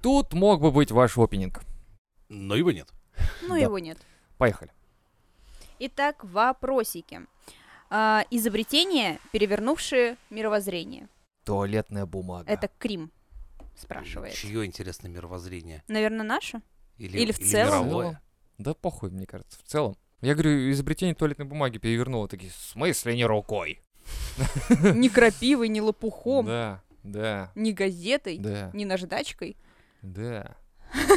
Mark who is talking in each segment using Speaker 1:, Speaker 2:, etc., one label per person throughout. Speaker 1: Тут мог бы быть ваш опенинг.
Speaker 2: Но его нет.
Speaker 1: Да.
Speaker 3: Ну, его нет.
Speaker 1: Поехали.
Speaker 3: Итак, вопросики. А, изобретение, перевернувшее мировоззрение.
Speaker 1: Туалетная бумага.
Speaker 3: Это Крим спрашивает.
Speaker 2: Чье интересное мировоззрение?
Speaker 3: Наверное, наше?
Speaker 2: Или,
Speaker 3: Или в целом?
Speaker 2: мировое?
Speaker 1: Да похуй, мне кажется, в целом. Я говорю, изобретение туалетной бумаги перевернуло. Такие, в смысле не рукой?
Speaker 3: Ни крапивой, ни лопухом,
Speaker 1: Да, да,
Speaker 3: ни газетой,
Speaker 1: да,
Speaker 3: ни наждачкой.
Speaker 1: да.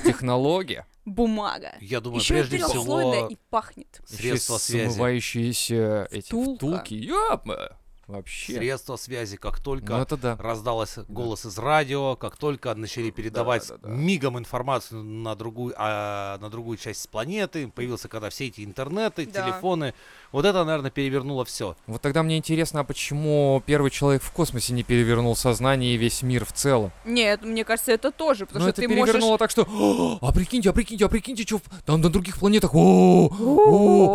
Speaker 1: Технология.
Speaker 3: Бумага.
Speaker 2: Я думаю,
Speaker 3: Еще и
Speaker 2: прежде
Speaker 3: переслойная
Speaker 2: всего,
Speaker 3: и пахнет.
Speaker 1: Ещё и
Speaker 2: средства связи.
Speaker 1: Смывающиеся эти
Speaker 3: Втулка.
Speaker 1: втулки. Ёпма. Вообще.
Speaker 2: Средства связи, как
Speaker 1: Ну
Speaker 2: только
Speaker 1: это да.
Speaker 2: раздалось голос из радио, как только начали передавать
Speaker 1: да, да.
Speaker 2: мигом информацию на другую, а, на другую часть планеты, появился когда все эти интернеты,
Speaker 3: Да.
Speaker 2: телефоны. Вот это, наверное, перевернуло все.
Speaker 1: Вот тогда мне интересно, а почему первый человек в космосе не перевернул сознание и весь мир в целом?
Speaker 3: Нет, мне кажется, это тоже, потому
Speaker 1: Но
Speaker 3: что
Speaker 1: Ну, это
Speaker 3: ты
Speaker 1: перевернуло
Speaker 3: можешь...
Speaker 1: так, что «О, а прикиньте, а прикиньте, а прикиньте, что там на других планетах, о, о,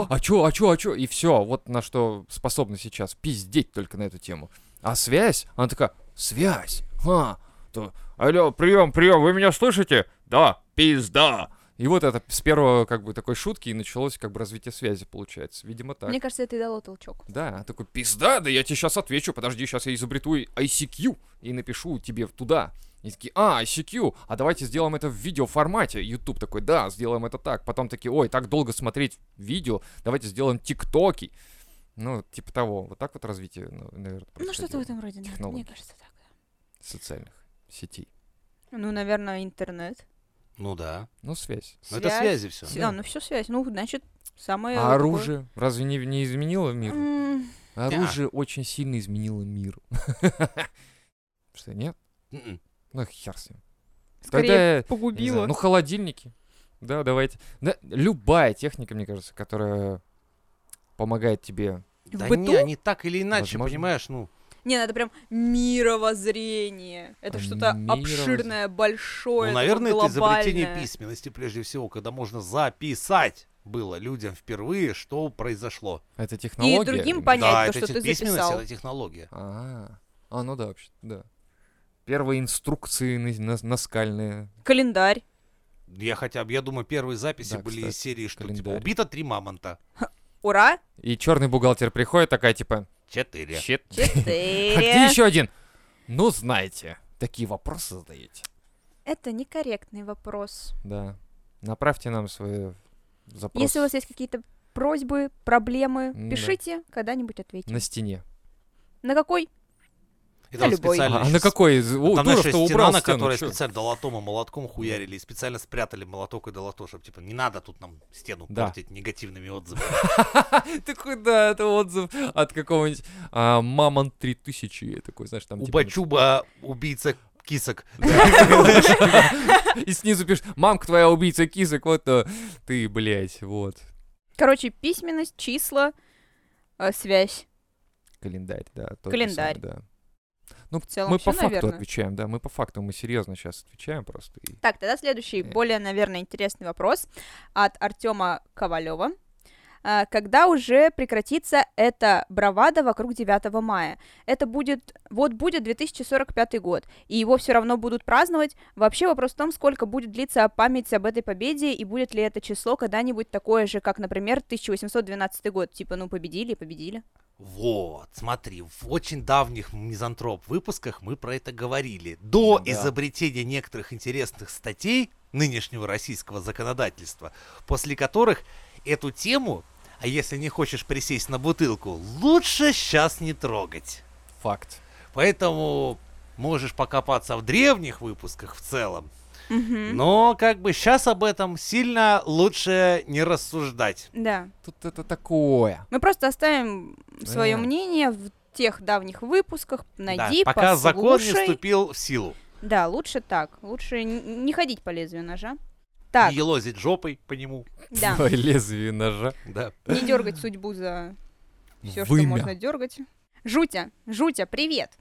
Speaker 3: О.
Speaker 1: а чё, а чё, а чё, и все, вот на что способны сейчас пиздеть только на эту тему. А связь, она такая, связь, ха, то, алло, прием, прием, вы меня слышите? Да, пизда. И вот это с первого как бы такой шутки и началось как бы развитие связи получается, видимо так.
Speaker 3: Мне кажется, это и дало толчок.
Speaker 1: Да, такой, пизда, да я тебе сейчас отвечу, подожди, сейчас я изобрету ICQ и напишу тебе туда. И такие, а, ICQ, а давайте сделаем это в видеоформате. YouTube такой, да, сделаем это так. Потом такие, ой, так долго смотреть видео, давайте сделаем тиктоки. Ну, типа того, вот так вот развитие, наверное,
Speaker 3: Ну, что-то в этом роде, да.
Speaker 1: Технологии.
Speaker 3: Мне кажется, так. да.
Speaker 1: Социальных сетей.
Speaker 3: Ну, наверное, интернет.
Speaker 2: Ну да.
Speaker 1: Ну, связь.
Speaker 2: Но это
Speaker 3: Связь.
Speaker 2: связи все.
Speaker 3: С- А, ну все связь. Ну, значит, самое...
Speaker 1: А
Speaker 3: такое-
Speaker 1: оружие разве не, не изменило мир?
Speaker 3: М,
Speaker 1: Оружие очень сильно изменило мир. Что, нет?
Speaker 2: М-м.
Speaker 1: Ну, хер с ним.
Speaker 3: Скорее,
Speaker 1: Тогда Я не
Speaker 3: погубило.
Speaker 1: знаю, ну, холодильники. Да, давайте. Да, любая техника, мне кажется, которая помогает тебе.
Speaker 3: В
Speaker 2: Да
Speaker 3: быту?
Speaker 2: не, они так или иначе,
Speaker 1: Возможно.
Speaker 2: понимаешь, ну,
Speaker 3: Не, надо прям мировоззрение. Это
Speaker 1: А,
Speaker 3: что-то
Speaker 1: мировоз-
Speaker 3: обширное, большое,
Speaker 2: ну,
Speaker 3: такое
Speaker 2: наверное, это изобретение
Speaker 3: глобальное.
Speaker 2: письменности прежде всего, когда можно записать было людям впервые, что произошло.
Speaker 1: Это технология.
Speaker 3: другим
Speaker 1: или-
Speaker 3: понятно. Понять
Speaker 2: да,
Speaker 3: то,
Speaker 2: это
Speaker 3: что
Speaker 2: те-
Speaker 3: ты
Speaker 2: письменность,
Speaker 3: записал.
Speaker 2: это технология.
Speaker 1: А, а, ну да, вообще, да. Первые инструкции на- на- наскальные.
Speaker 3: Календарь.
Speaker 2: Я хотя бы, я думаю, первые записи
Speaker 1: Да,
Speaker 2: были
Speaker 1: кстати,
Speaker 2: из серии, что типа
Speaker 1: календарь.
Speaker 2: убито три мамонта,
Speaker 3: Ура!
Speaker 1: И черный бухгалтер приходит, такая типа.
Speaker 2: четыре.
Speaker 1: Щит. А где
Speaker 3: Четыре.
Speaker 1: еще один? Ну, знаете, такие вопросы задаете.
Speaker 3: Это некорректный вопрос.
Speaker 1: Да. Направьте нам свои запросы
Speaker 3: Если у вас есть какие-то просьбы, проблемы,
Speaker 1: М-да.
Speaker 3: пишите, когда-нибудь ответим.
Speaker 1: на стене.
Speaker 3: На какой?
Speaker 2: И
Speaker 3: Да,
Speaker 2: там
Speaker 3: любой.
Speaker 2: специально
Speaker 1: А,
Speaker 2: ещё
Speaker 1: на
Speaker 2: с-
Speaker 1: какой? из- О,
Speaker 2: Там знаешь,
Speaker 1: Дуров-то
Speaker 2: есть стена,
Speaker 1: убрал
Speaker 2: на
Speaker 1: стену,
Speaker 2: которой
Speaker 1: ну чё?
Speaker 2: специально долотом и молотком хуярили, и специально спрятали молоток и долото, чтобы, типа, не надо тут нам стену
Speaker 1: Да.
Speaker 2: портить негативными отзывами.
Speaker 1: Такой, да, это отзыв от какого-нибудь а, Мамон 3000. Я такой, знаешь, там
Speaker 2: У
Speaker 1: типа,
Speaker 2: Бачуба убийца кисок.
Speaker 1: типа, И снизу пишешь, мамка твоя убийца кисок, вот а, ты, блядь, вот.
Speaker 3: Короче, письменность, числа, э, связь.
Speaker 1: Календарь, да. тот же
Speaker 3: Календарь.
Speaker 1: самый, да. Ну,
Speaker 3: В целом
Speaker 1: мы
Speaker 3: всё,
Speaker 1: по факту
Speaker 3: наверное.
Speaker 1: отвечаем, да, мы по факту, мы серьезно сейчас отвечаем просто. и-
Speaker 3: Так, тогда следующий,
Speaker 1: Э.
Speaker 3: более, наверное, интересный вопрос от Артема Ковалева. А, Когда уже прекратится эта бравада вокруг 9 мая? Это будет, вот будет 2045 год, и его все равно будут праздновать. Вообще вопрос в том, сколько будет длиться память об этой победе, и будет ли это число когда-нибудь такое же, как, например, 1812 год. Типа, ну, победили, и победили.
Speaker 2: Вот, смотри, в очень давних мизантроп выпусках мы про это говорили. До
Speaker 1: Да.
Speaker 2: изобретения некоторых интересных статей нынешнего российского законодательства, после которых эту тему, а если не хочешь присесть на бутылку, лучше сейчас не трогать.
Speaker 1: Факт.
Speaker 2: Поэтому можешь покопаться в древних выпусках в целом,
Speaker 3: Мгм.
Speaker 2: но как бы сейчас об этом сильно лучше не рассуждать.
Speaker 3: Да.
Speaker 1: Тут это такое.
Speaker 3: Мы просто оставим свое
Speaker 1: Э.
Speaker 3: мнение в тех давних выпусках.
Speaker 2: Да,
Speaker 3: Найди,
Speaker 2: пока закон не
Speaker 3: послушай.
Speaker 2: вступил в силу.
Speaker 3: Да, лучше так. Лучше н- не ходить по лезвию ножа. Так,
Speaker 2: Не елозить жопой по нему.
Speaker 3: да.
Speaker 1: Лезвие ножа.
Speaker 2: Да.
Speaker 3: Не дергать судьбу за все, что
Speaker 1: Вымя.
Speaker 3: можно дергать. Жутя, Жутя, привет.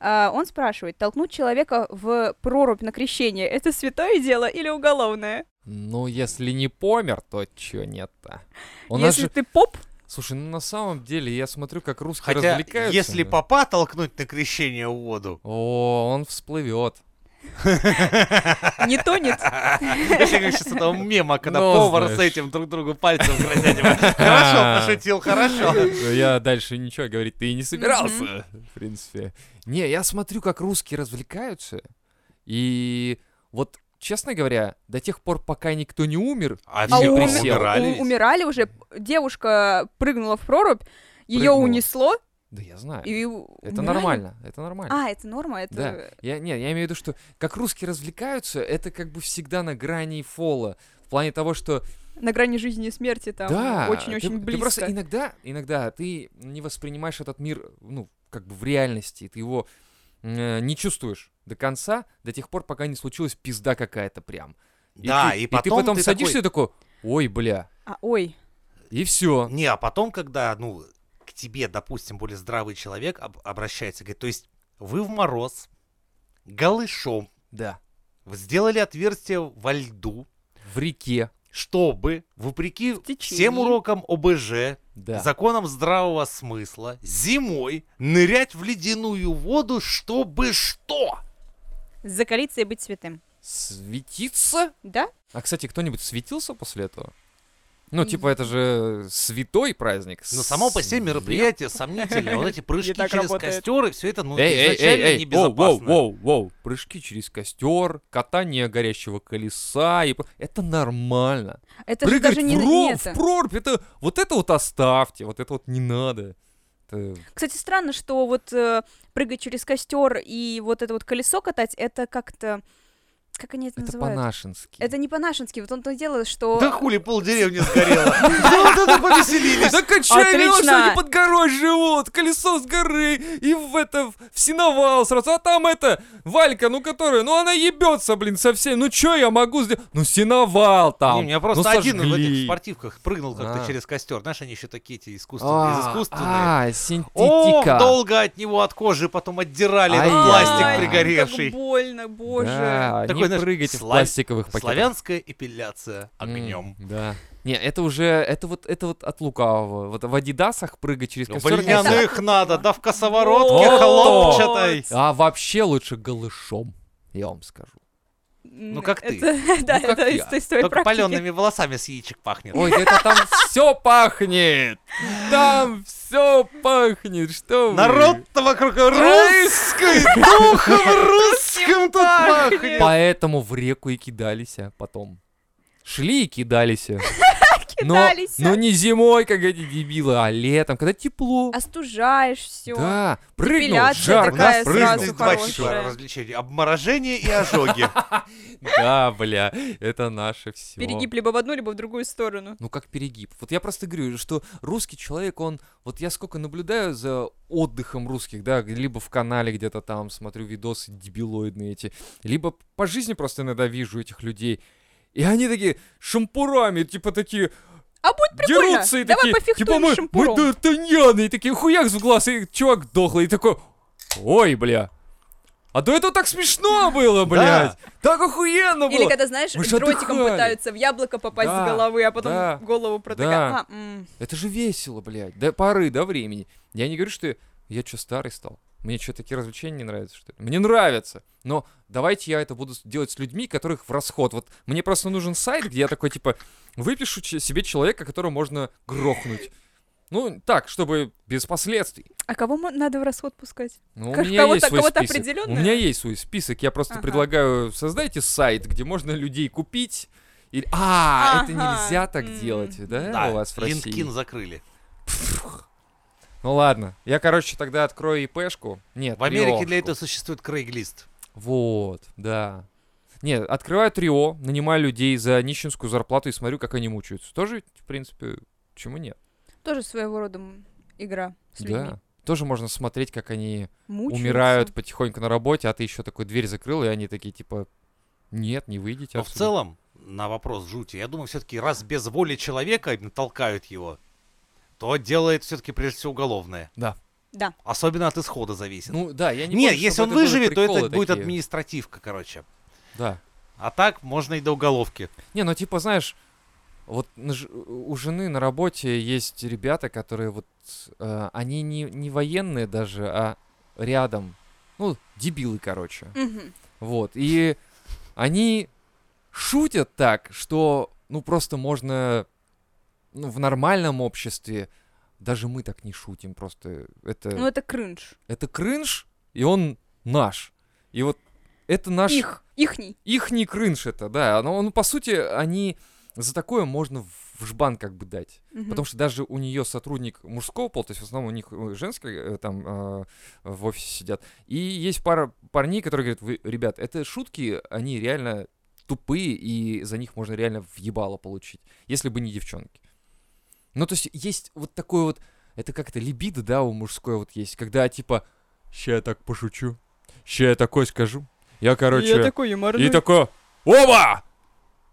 Speaker 3: А, он спрашивает, толкнуть человека в прорубь на крещение – это святое дело или уголовное?
Speaker 1: Ну, если не помер, то чё нет-то? У нас
Speaker 3: Если
Speaker 1: же...
Speaker 3: ты поп,
Speaker 1: Слушай, ну на самом деле, я смотрю, как русские
Speaker 2: Хотя,
Speaker 1: развлекаются.
Speaker 2: если
Speaker 1: да.
Speaker 2: папа толкнуть на крещение в воду,
Speaker 1: О, он всплывет.
Speaker 3: Не тонет.
Speaker 2: Если как сейчас этого мема, когда
Speaker 1: Ну,
Speaker 2: повар с
Speaker 1: знаешь. А.
Speaker 2: этим друг другу пальцем грозят. ему. Хорошо, пошутил, хорошо.
Speaker 1: Ну, Я дальше ничего говорить ты и не собирался, в принципе. Не, я смотрю, как русские развлекаются. И вот, честно говоря, до тех пор, пока никто не умер,
Speaker 2: А
Speaker 1: все
Speaker 2: все
Speaker 1: умер-
Speaker 2: умирали.
Speaker 3: У-
Speaker 2: ведь.
Speaker 3: Умирали уже. Девушка прыгнула в прорубь, ее
Speaker 1: Прыгнула.
Speaker 3: унесло,
Speaker 1: да я знаю.
Speaker 3: и
Speaker 1: Это
Speaker 3: умирали.
Speaker 1: нормально, это нормально.
Speaker 3: А, это норма, это...
Speaker 1: Да. Я, нет, я имею в виду, что как русские развлекаются, это как бы всегда на грани фола. В плане того, что
Speaker 3: на грани жизни и смерти там
Speaker 1: да, ты,
Speaker 3: очень-очень
Speaker 1: ты
Speaker 3: близко.
Speaker 1: просто иногда, иногда ты не воспринимаешь этот мир, ну, как бы в реальности, ты его э, не чувствуешь до конца, до тех пор, пока не случилась пизда какая-то прям. И
Speaker 2: Да,
Speaker 1: ты-
Speaker 2: и
Speaker 1: ты
Speaker 2: потом
Speaker 1: потом
Speaker 2: ты
Speaker 1: садишься и такой, ой, бля,
Speaker 3: А, ой,
Speaker 1: и все.
Speaker 2: Не, а потом, когда, ну, к тебе, допустим, более здравый человек об- обращается, говорит, то есть вы в мороз, голышом,
Speaker 1: Да.
Speaker 2: вы сделали отверстие во льду,
Speaker 1: В реке.
Speaker 2: чтобы, вопреки
Speaker 3: течении.
Speaker 2: всем урокам ОБЖ,
Speaker 1: Да.
Speaker 2: законам здравого смысла, зимой нырять в ледяную воду, чтобы что?
Speaker 3: закалиться и быть святым.
Speaker 1: Светиться?
Speaker 3: Да?
Speaker 1: А, кстати, кто-нибудь светился после этого? Ну,
Speaker 3: М.
Speaker 1: типа, это же святой праздник.
Speaker 2: Но Ну, само по себе
Speaker 1: Свет.
Speaker 2: мероприятие сомнительное. Вот эти прыжки
Speaker 3: так
Speaker 2: через
Speaker 3: работает.
Speaker 2: костер и все это, ну,
Speaker 1: Эй, эй,
Speaker 2: изначально
Speaker 1: эй, эй, воу, воу,
Speaker 2: небезопасно.
Speaker 1: воу, воу, прыжки через костер, катание горящего колеса, и... п- это нормально.
Speaker 3: Это же
Speaker 1: Прыгать
Speaker 3: даже не,
Speaker 1: в, ро-
Speaker 3: не
Speaker 1: в
Speaker 3: это.
Speaker 1: прорубь, это, вот это вот оставьте, вот это вот не надо. Это-
Speaker 3: Кстати, странно, что вот э, прыгать через костер и вот это вот колесо катать, это как-то... Как они это,
Speaker 1: Это,
Speaker 3: называют?
Speaker 1: по-нашенски.
Speaker 3: Это не по-нашенски. Вот он то дело, что...
Speaker 2: Да хули, полдеревни сгорело. Да вот это повеселились.
Speaker 1: Да качай
Speaker 3: Отлично!
Speaker 1: велосипед, они под горой живут, колесо с горы, и в это, в синовал сразу, а там это, Валька, ну которая, ну она ебется, блин, совсем, ну чё я могу сделать, ну синовал там,
Speaker 2: Не, у меня просто
Speaker 1: ну,
Speaker 2: один в этих
Speaker 1: сожгли.
Speaker 2: спортивках прыгнул как-то
Speaker 1: А.
Speaker 2: через костер. Знаешь, они еще такие эти искусственные, из
Speaker 1: А,
Speaker 2: искусственные.
Speaker 1: а,
Speaker 2: Ох,
Speaker 1: синтетика.
Speaker 2: долго от него от кожи потом отдирали этот
Speaker 1: Ай-яй-яй.
Speaker 2: пластик
Speaker 3: Ай,
Speaker 2: пригоревший.
Speaker 3: Как больно, боже.
Speaker 1: Да, не
Speaker 2: Такой, знаешь,
Speaker 1: прыгайте в
Speaker 2: славя-
Speaker 1: пластиковых пакетах.
Speaker 2: Славянская эпиляция
Speaker 1: М,
Speaker 2: огнем.
Speaker 1: да. Не, это уже, это вот, это вот от лукавого. Вот в адидасах прыгать через
Speaker 2: Ну,
Speaker 1: костер. не
Speaker 3: блиняны.
Speaker 1: надо.
Speaker 2: Блиняных надо, да в косоворотке
Speaker 1: Вот.
Speaker 2: хлопчатой.
Speaker 1: А вообще лучше голышом, я вам скажу.
Speaker 3: Ну
Speaker 2: как ты.
Speaker 3: Да,
Speaker 1: Ну, как
Speaker 3: это из
Speaker 1: я.
Speaker 3: той- из той
Speaker 2: Только
Speaker 3: практики.
Speaker 2: палеными волосами с яичек пахнет.
Speaker 1: Ой, да это там все пахнет. Там все пахнет. Что вы?
Speaker 2: Народ-то вокруг русский, духом русским тут пахнет.
Speaker 1: Поэтому в реку и кидались а, потом. Шли и кидались. а. Но,
Speaker 3: Кидались.
Speaker 1: но не зимой, как эти дебилы, а летом, когда тепло.
Speaker 3: Остужаешь все.
Speaker 1: Да, прыгнул,
Speaker 3: Депиляция
Speaker 2: У
Speaker 1: жарко.
Speaker 3: такая
Speaker 2: нас
Speaker 3: сразу
Speaker 2: прыгнуть два
Speaker 3: хорошая.
Speaker 2: типа развлечений. Обморожение и ожоги.
Speaker 1: Да, бля, это наше все.
Speaker 3: Перегиб либо в одну, либо в другую сторону.
Speaker 1: Ну как перегиб? Вот я просто говорю, что русский человек, он... Вот я сколько наблюдаю за отдыхом русских, да, либо в канале где-то там смотрю видосы дебилоидные эти, либо по жизни просто иногда вижу этих людей. И они такие шампурами, типа такие...
Speaker 3: А будет прикольно.
Speaker 1: Дерутся и
Speaker 3: Давай
Speaker 1: такие...
Speaker 3: пофехтуем
Speaker 1: типа мы,
Speaker 3: шампуром».
Speaker 1: мы д'Артаньяны, и такие хуяк в глаз, и чувак дохлый, и такой... Ой, бля. А до этого так смешно было, блядь. Так охуенно было.
Speaker 3: Или когда, знаешь,
Speaker 1: Мы ж
Speaker 3: дротиком
Speaker 1: отдыхали.
Speaker 3: пытаются в яблоко попасть
Speaker 1: Да,
Speaker 3: с головы, а потом
Speaker 1: да,
Speaker 3: в голову
Speaker 1: да.
Speaker 3: протыкают. А, м.
Speaker 1: Это же весело, блядь. До поры, до времени. Я не говорю, что я- я что, старый стал. Мне что, такие развлечения не нравятся, что ли? Мне нравятся. Но давайте я это буду с- делать с людьми, которых в расход. Вот мне просто нужен сайт, где я такой, типа, выпишу че- себе человека, которого можно грохнуть. Ну, так, чтобы без последствий.
Speaker 3: А кого мо- надо в расход пускать?
Speaker 1: Ну, у
Speaker 3: Как-
Speaker 1: меня
Speaker 3: кого-то-
Speaker 1: есть свой
Speaker 3: кого-то
Speaker 1: список. У
Speaker 3: определенное?
Speaker 1: меня есть свой список. Я просто
Speaker 3: Ага.
Speaker 1: предлагаю, создайте сайт, где можно людей купить. Или... А, это
Speaker 3: Ага,
Speaker 1: нельзя так
Speaker 3: м.
Speaker 1: делать, да, у
Speaker 2: Да,
Speaker 1: вас в России?
Speaker 2: Линкин закрыли.
Speaker 1: Ну ладно, я, короче, тогда открою ИПшку. Нет,
Speaker 2: В Америке для
Speaker 1: триошку.
Speaker 2: этого существует крейглист.
Speaker 1: Вот, да. Нет, открываю трио, нанимаю людей за нищенскую зарплату и смотрю, как они мучаются. Тоже, в принципе, чему нет?
Speaker 3: Тоже своего рода м, игра с людьми.
Speaker 1: Да. Тоже можно смотреть, как они
Speaker 3: Мучаются.
Speaker 1: умирают потихоньку на работе, а ты еще такой дверь закрыл, и они такие типа нет, не выйдите.
Speaker 2: Но в
Speaker 1: отсюда».
Speaker 2: целом, на вопрос жути, я думаю, все-таки раз без воли человека именно толкают его, то делает все-таки прежде всего уголовное.
Speaker 3: Да.
Speaker 2: Особенно от исхода зависит.
Speaker 1: Ну да, я не.
Speaker 2: Нет,
Speaker 1: помню,
Speaker 2: если
Speaker 1: чтобы
Speaker 2: он
Speaker 1: были
Speaker 2: выживет, то это
Speaker 1: приколы
Speaker 2: будет
Speaker 1: такие.
Speaker 2: административка, короче.
Speaker 1: Да.
Speaker 2: А так можно и до уголовки.
Speaker 1: Не, ну типа, знаешь, вот на ж- у жены на работе есть ребята, которые вот, э, они не, не военные даже, а рядом. Ну, дебилы, короче.
Speaker 3: Мгм.
Speaker 1: Вот. И они шутят так, что ну просто можно ну, в нормальном обществе даже мы так не шутим, просто это,
Speaker 3: Ну, это кринж.
Speaker 1: это кринж, и он наш. И вот это наш...
Speaker 3: Их, ихний.
Speaker 1: Их не кринж это, да. Но, ну, по сути, они... За такое можно в в жбан как бы дать.
Speaker 3: Мгм.
Speaker 1: Потому что даже у нее сотрудник мужского пола, то есть в основном у них э, женское э, там э, в офисе сидят. И есть пара парней, которые говорят, вы, ребят, это шутки, они реально тупые, и за них можно реально въебало получить, если бы не девчонки. Ну, то есть есть вот такое вот, это как это, либидо, да, у мужской вот есть, когда типа, ща я так пошучу, ща я такой скажу, я, короче...
Speaker 3: такой
Speaker 1: И такое, оба!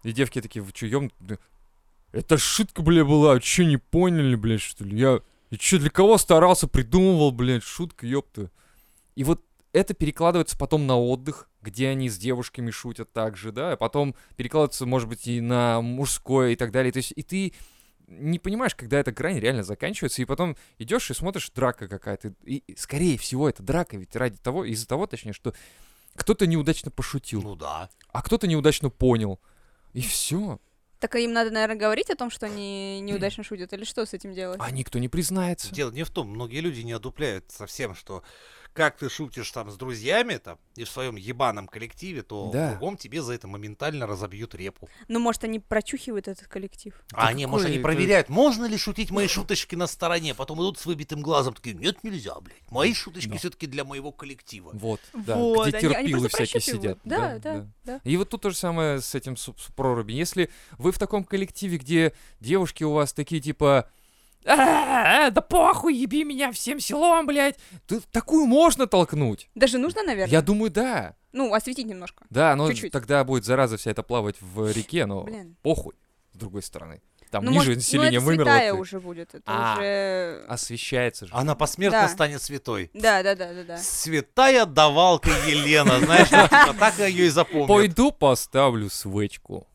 Speaker 1: И девки такие, вы чё, ём... Это шутка, бля, была, а чё не поняли, блядь, что ли? Я, я чё, для кого старался, придумывал, блядь, шутка, ёпта. И вот это перекладывается потом на отдых, где они с девушками шутят также, да, а потом перекладывается, может быть, и на мужское и так далее. То есть, и ты не понимаешь, когда эта грань реально заканчивается, и потом идешь и смотришь, драка какая-то. И, и, скорее всего, это драка ведь ради того, из-за того, точнее, что кто-то неудачно пошутил
Speaker 2: Ну да.
Speaker 1: а кто-то неудачно понял. И все.
Speaker 3: Так а им надо, наверное, говорить о том, что они неудачно шутят, или что с этим делать?
Speaker 1: А никто не признается.
Speaker 2: Дело не в том, многие люди не одупляют совсем, что как ты шутишь там с друзьями там и в своем ебаном коллективе, то
Speaker 1: Да.
Speaker 2: кругом тебе за это моментально разобьют репу.
Speaker 3: Ну, может, они прочухивают этот коллектив.
Speaker 2: а они, может, они
Speaker 1: какой ты-
Speaker 2: проверяют, можно ли шутить мои шуточки на стороне, потом идут с выбитым глазом, такие, нет, нельзя, блядь, мои шуточки
Speaker 1: Да.
Speaker 2: все-таки для моего коллектива.
Speaker 1: Вот, да,
Speaker 3: Вот,
Speaker 1: где
Speaker 3: они- они
Speaker 1: терпилы
Speaker 3: просто
Speaker 1: всякие сидят.
Speaker 3: прощупывают. Да, да, да.
Speaker 1: И вот тут то же самое с этим с, с проруби. Если вы в таком коллективе, где девушки у вас такие типа «А, да похуй, еби меня всем селом, блядь. Ты- такую можно толкнуть.
Speaker 3: Даже нужно, наверное.
Speaker 1: Я думаю, да.
Speaker 3: Ну, осветить немножко.
Speaker 1: Да, но
Speaker 3: Чуть-чуть.
Speaker 1: тогда будет зараза вся эта плавать в реке, но
Speaker 3: Блин.
Speaker 1: похуй, с другой стороны. Там
Speaker 3: ну,
Speaker 1: ниже
Speaker 3: может,
Speaker 1: население
Speaker 3: ну, это
Speaker 1: вымерло.
Speaker 3: святая
Speaker 1: ты-
Speaker 3: уже будет. Это
Speaker 1: А.
Speaker 3: уже...
Speaker 1: Освещается же.
Speaker 2: Она посмертно
Speaker 3: Да.
Speaker 2: станет святой.
Speaker 3: Да, да, да, да, да.
Speaker 2: Святая давалка Елена, знаешь, ну, типа, так ее и запомнят.
Speaker 1: Пойду поставлю свечку.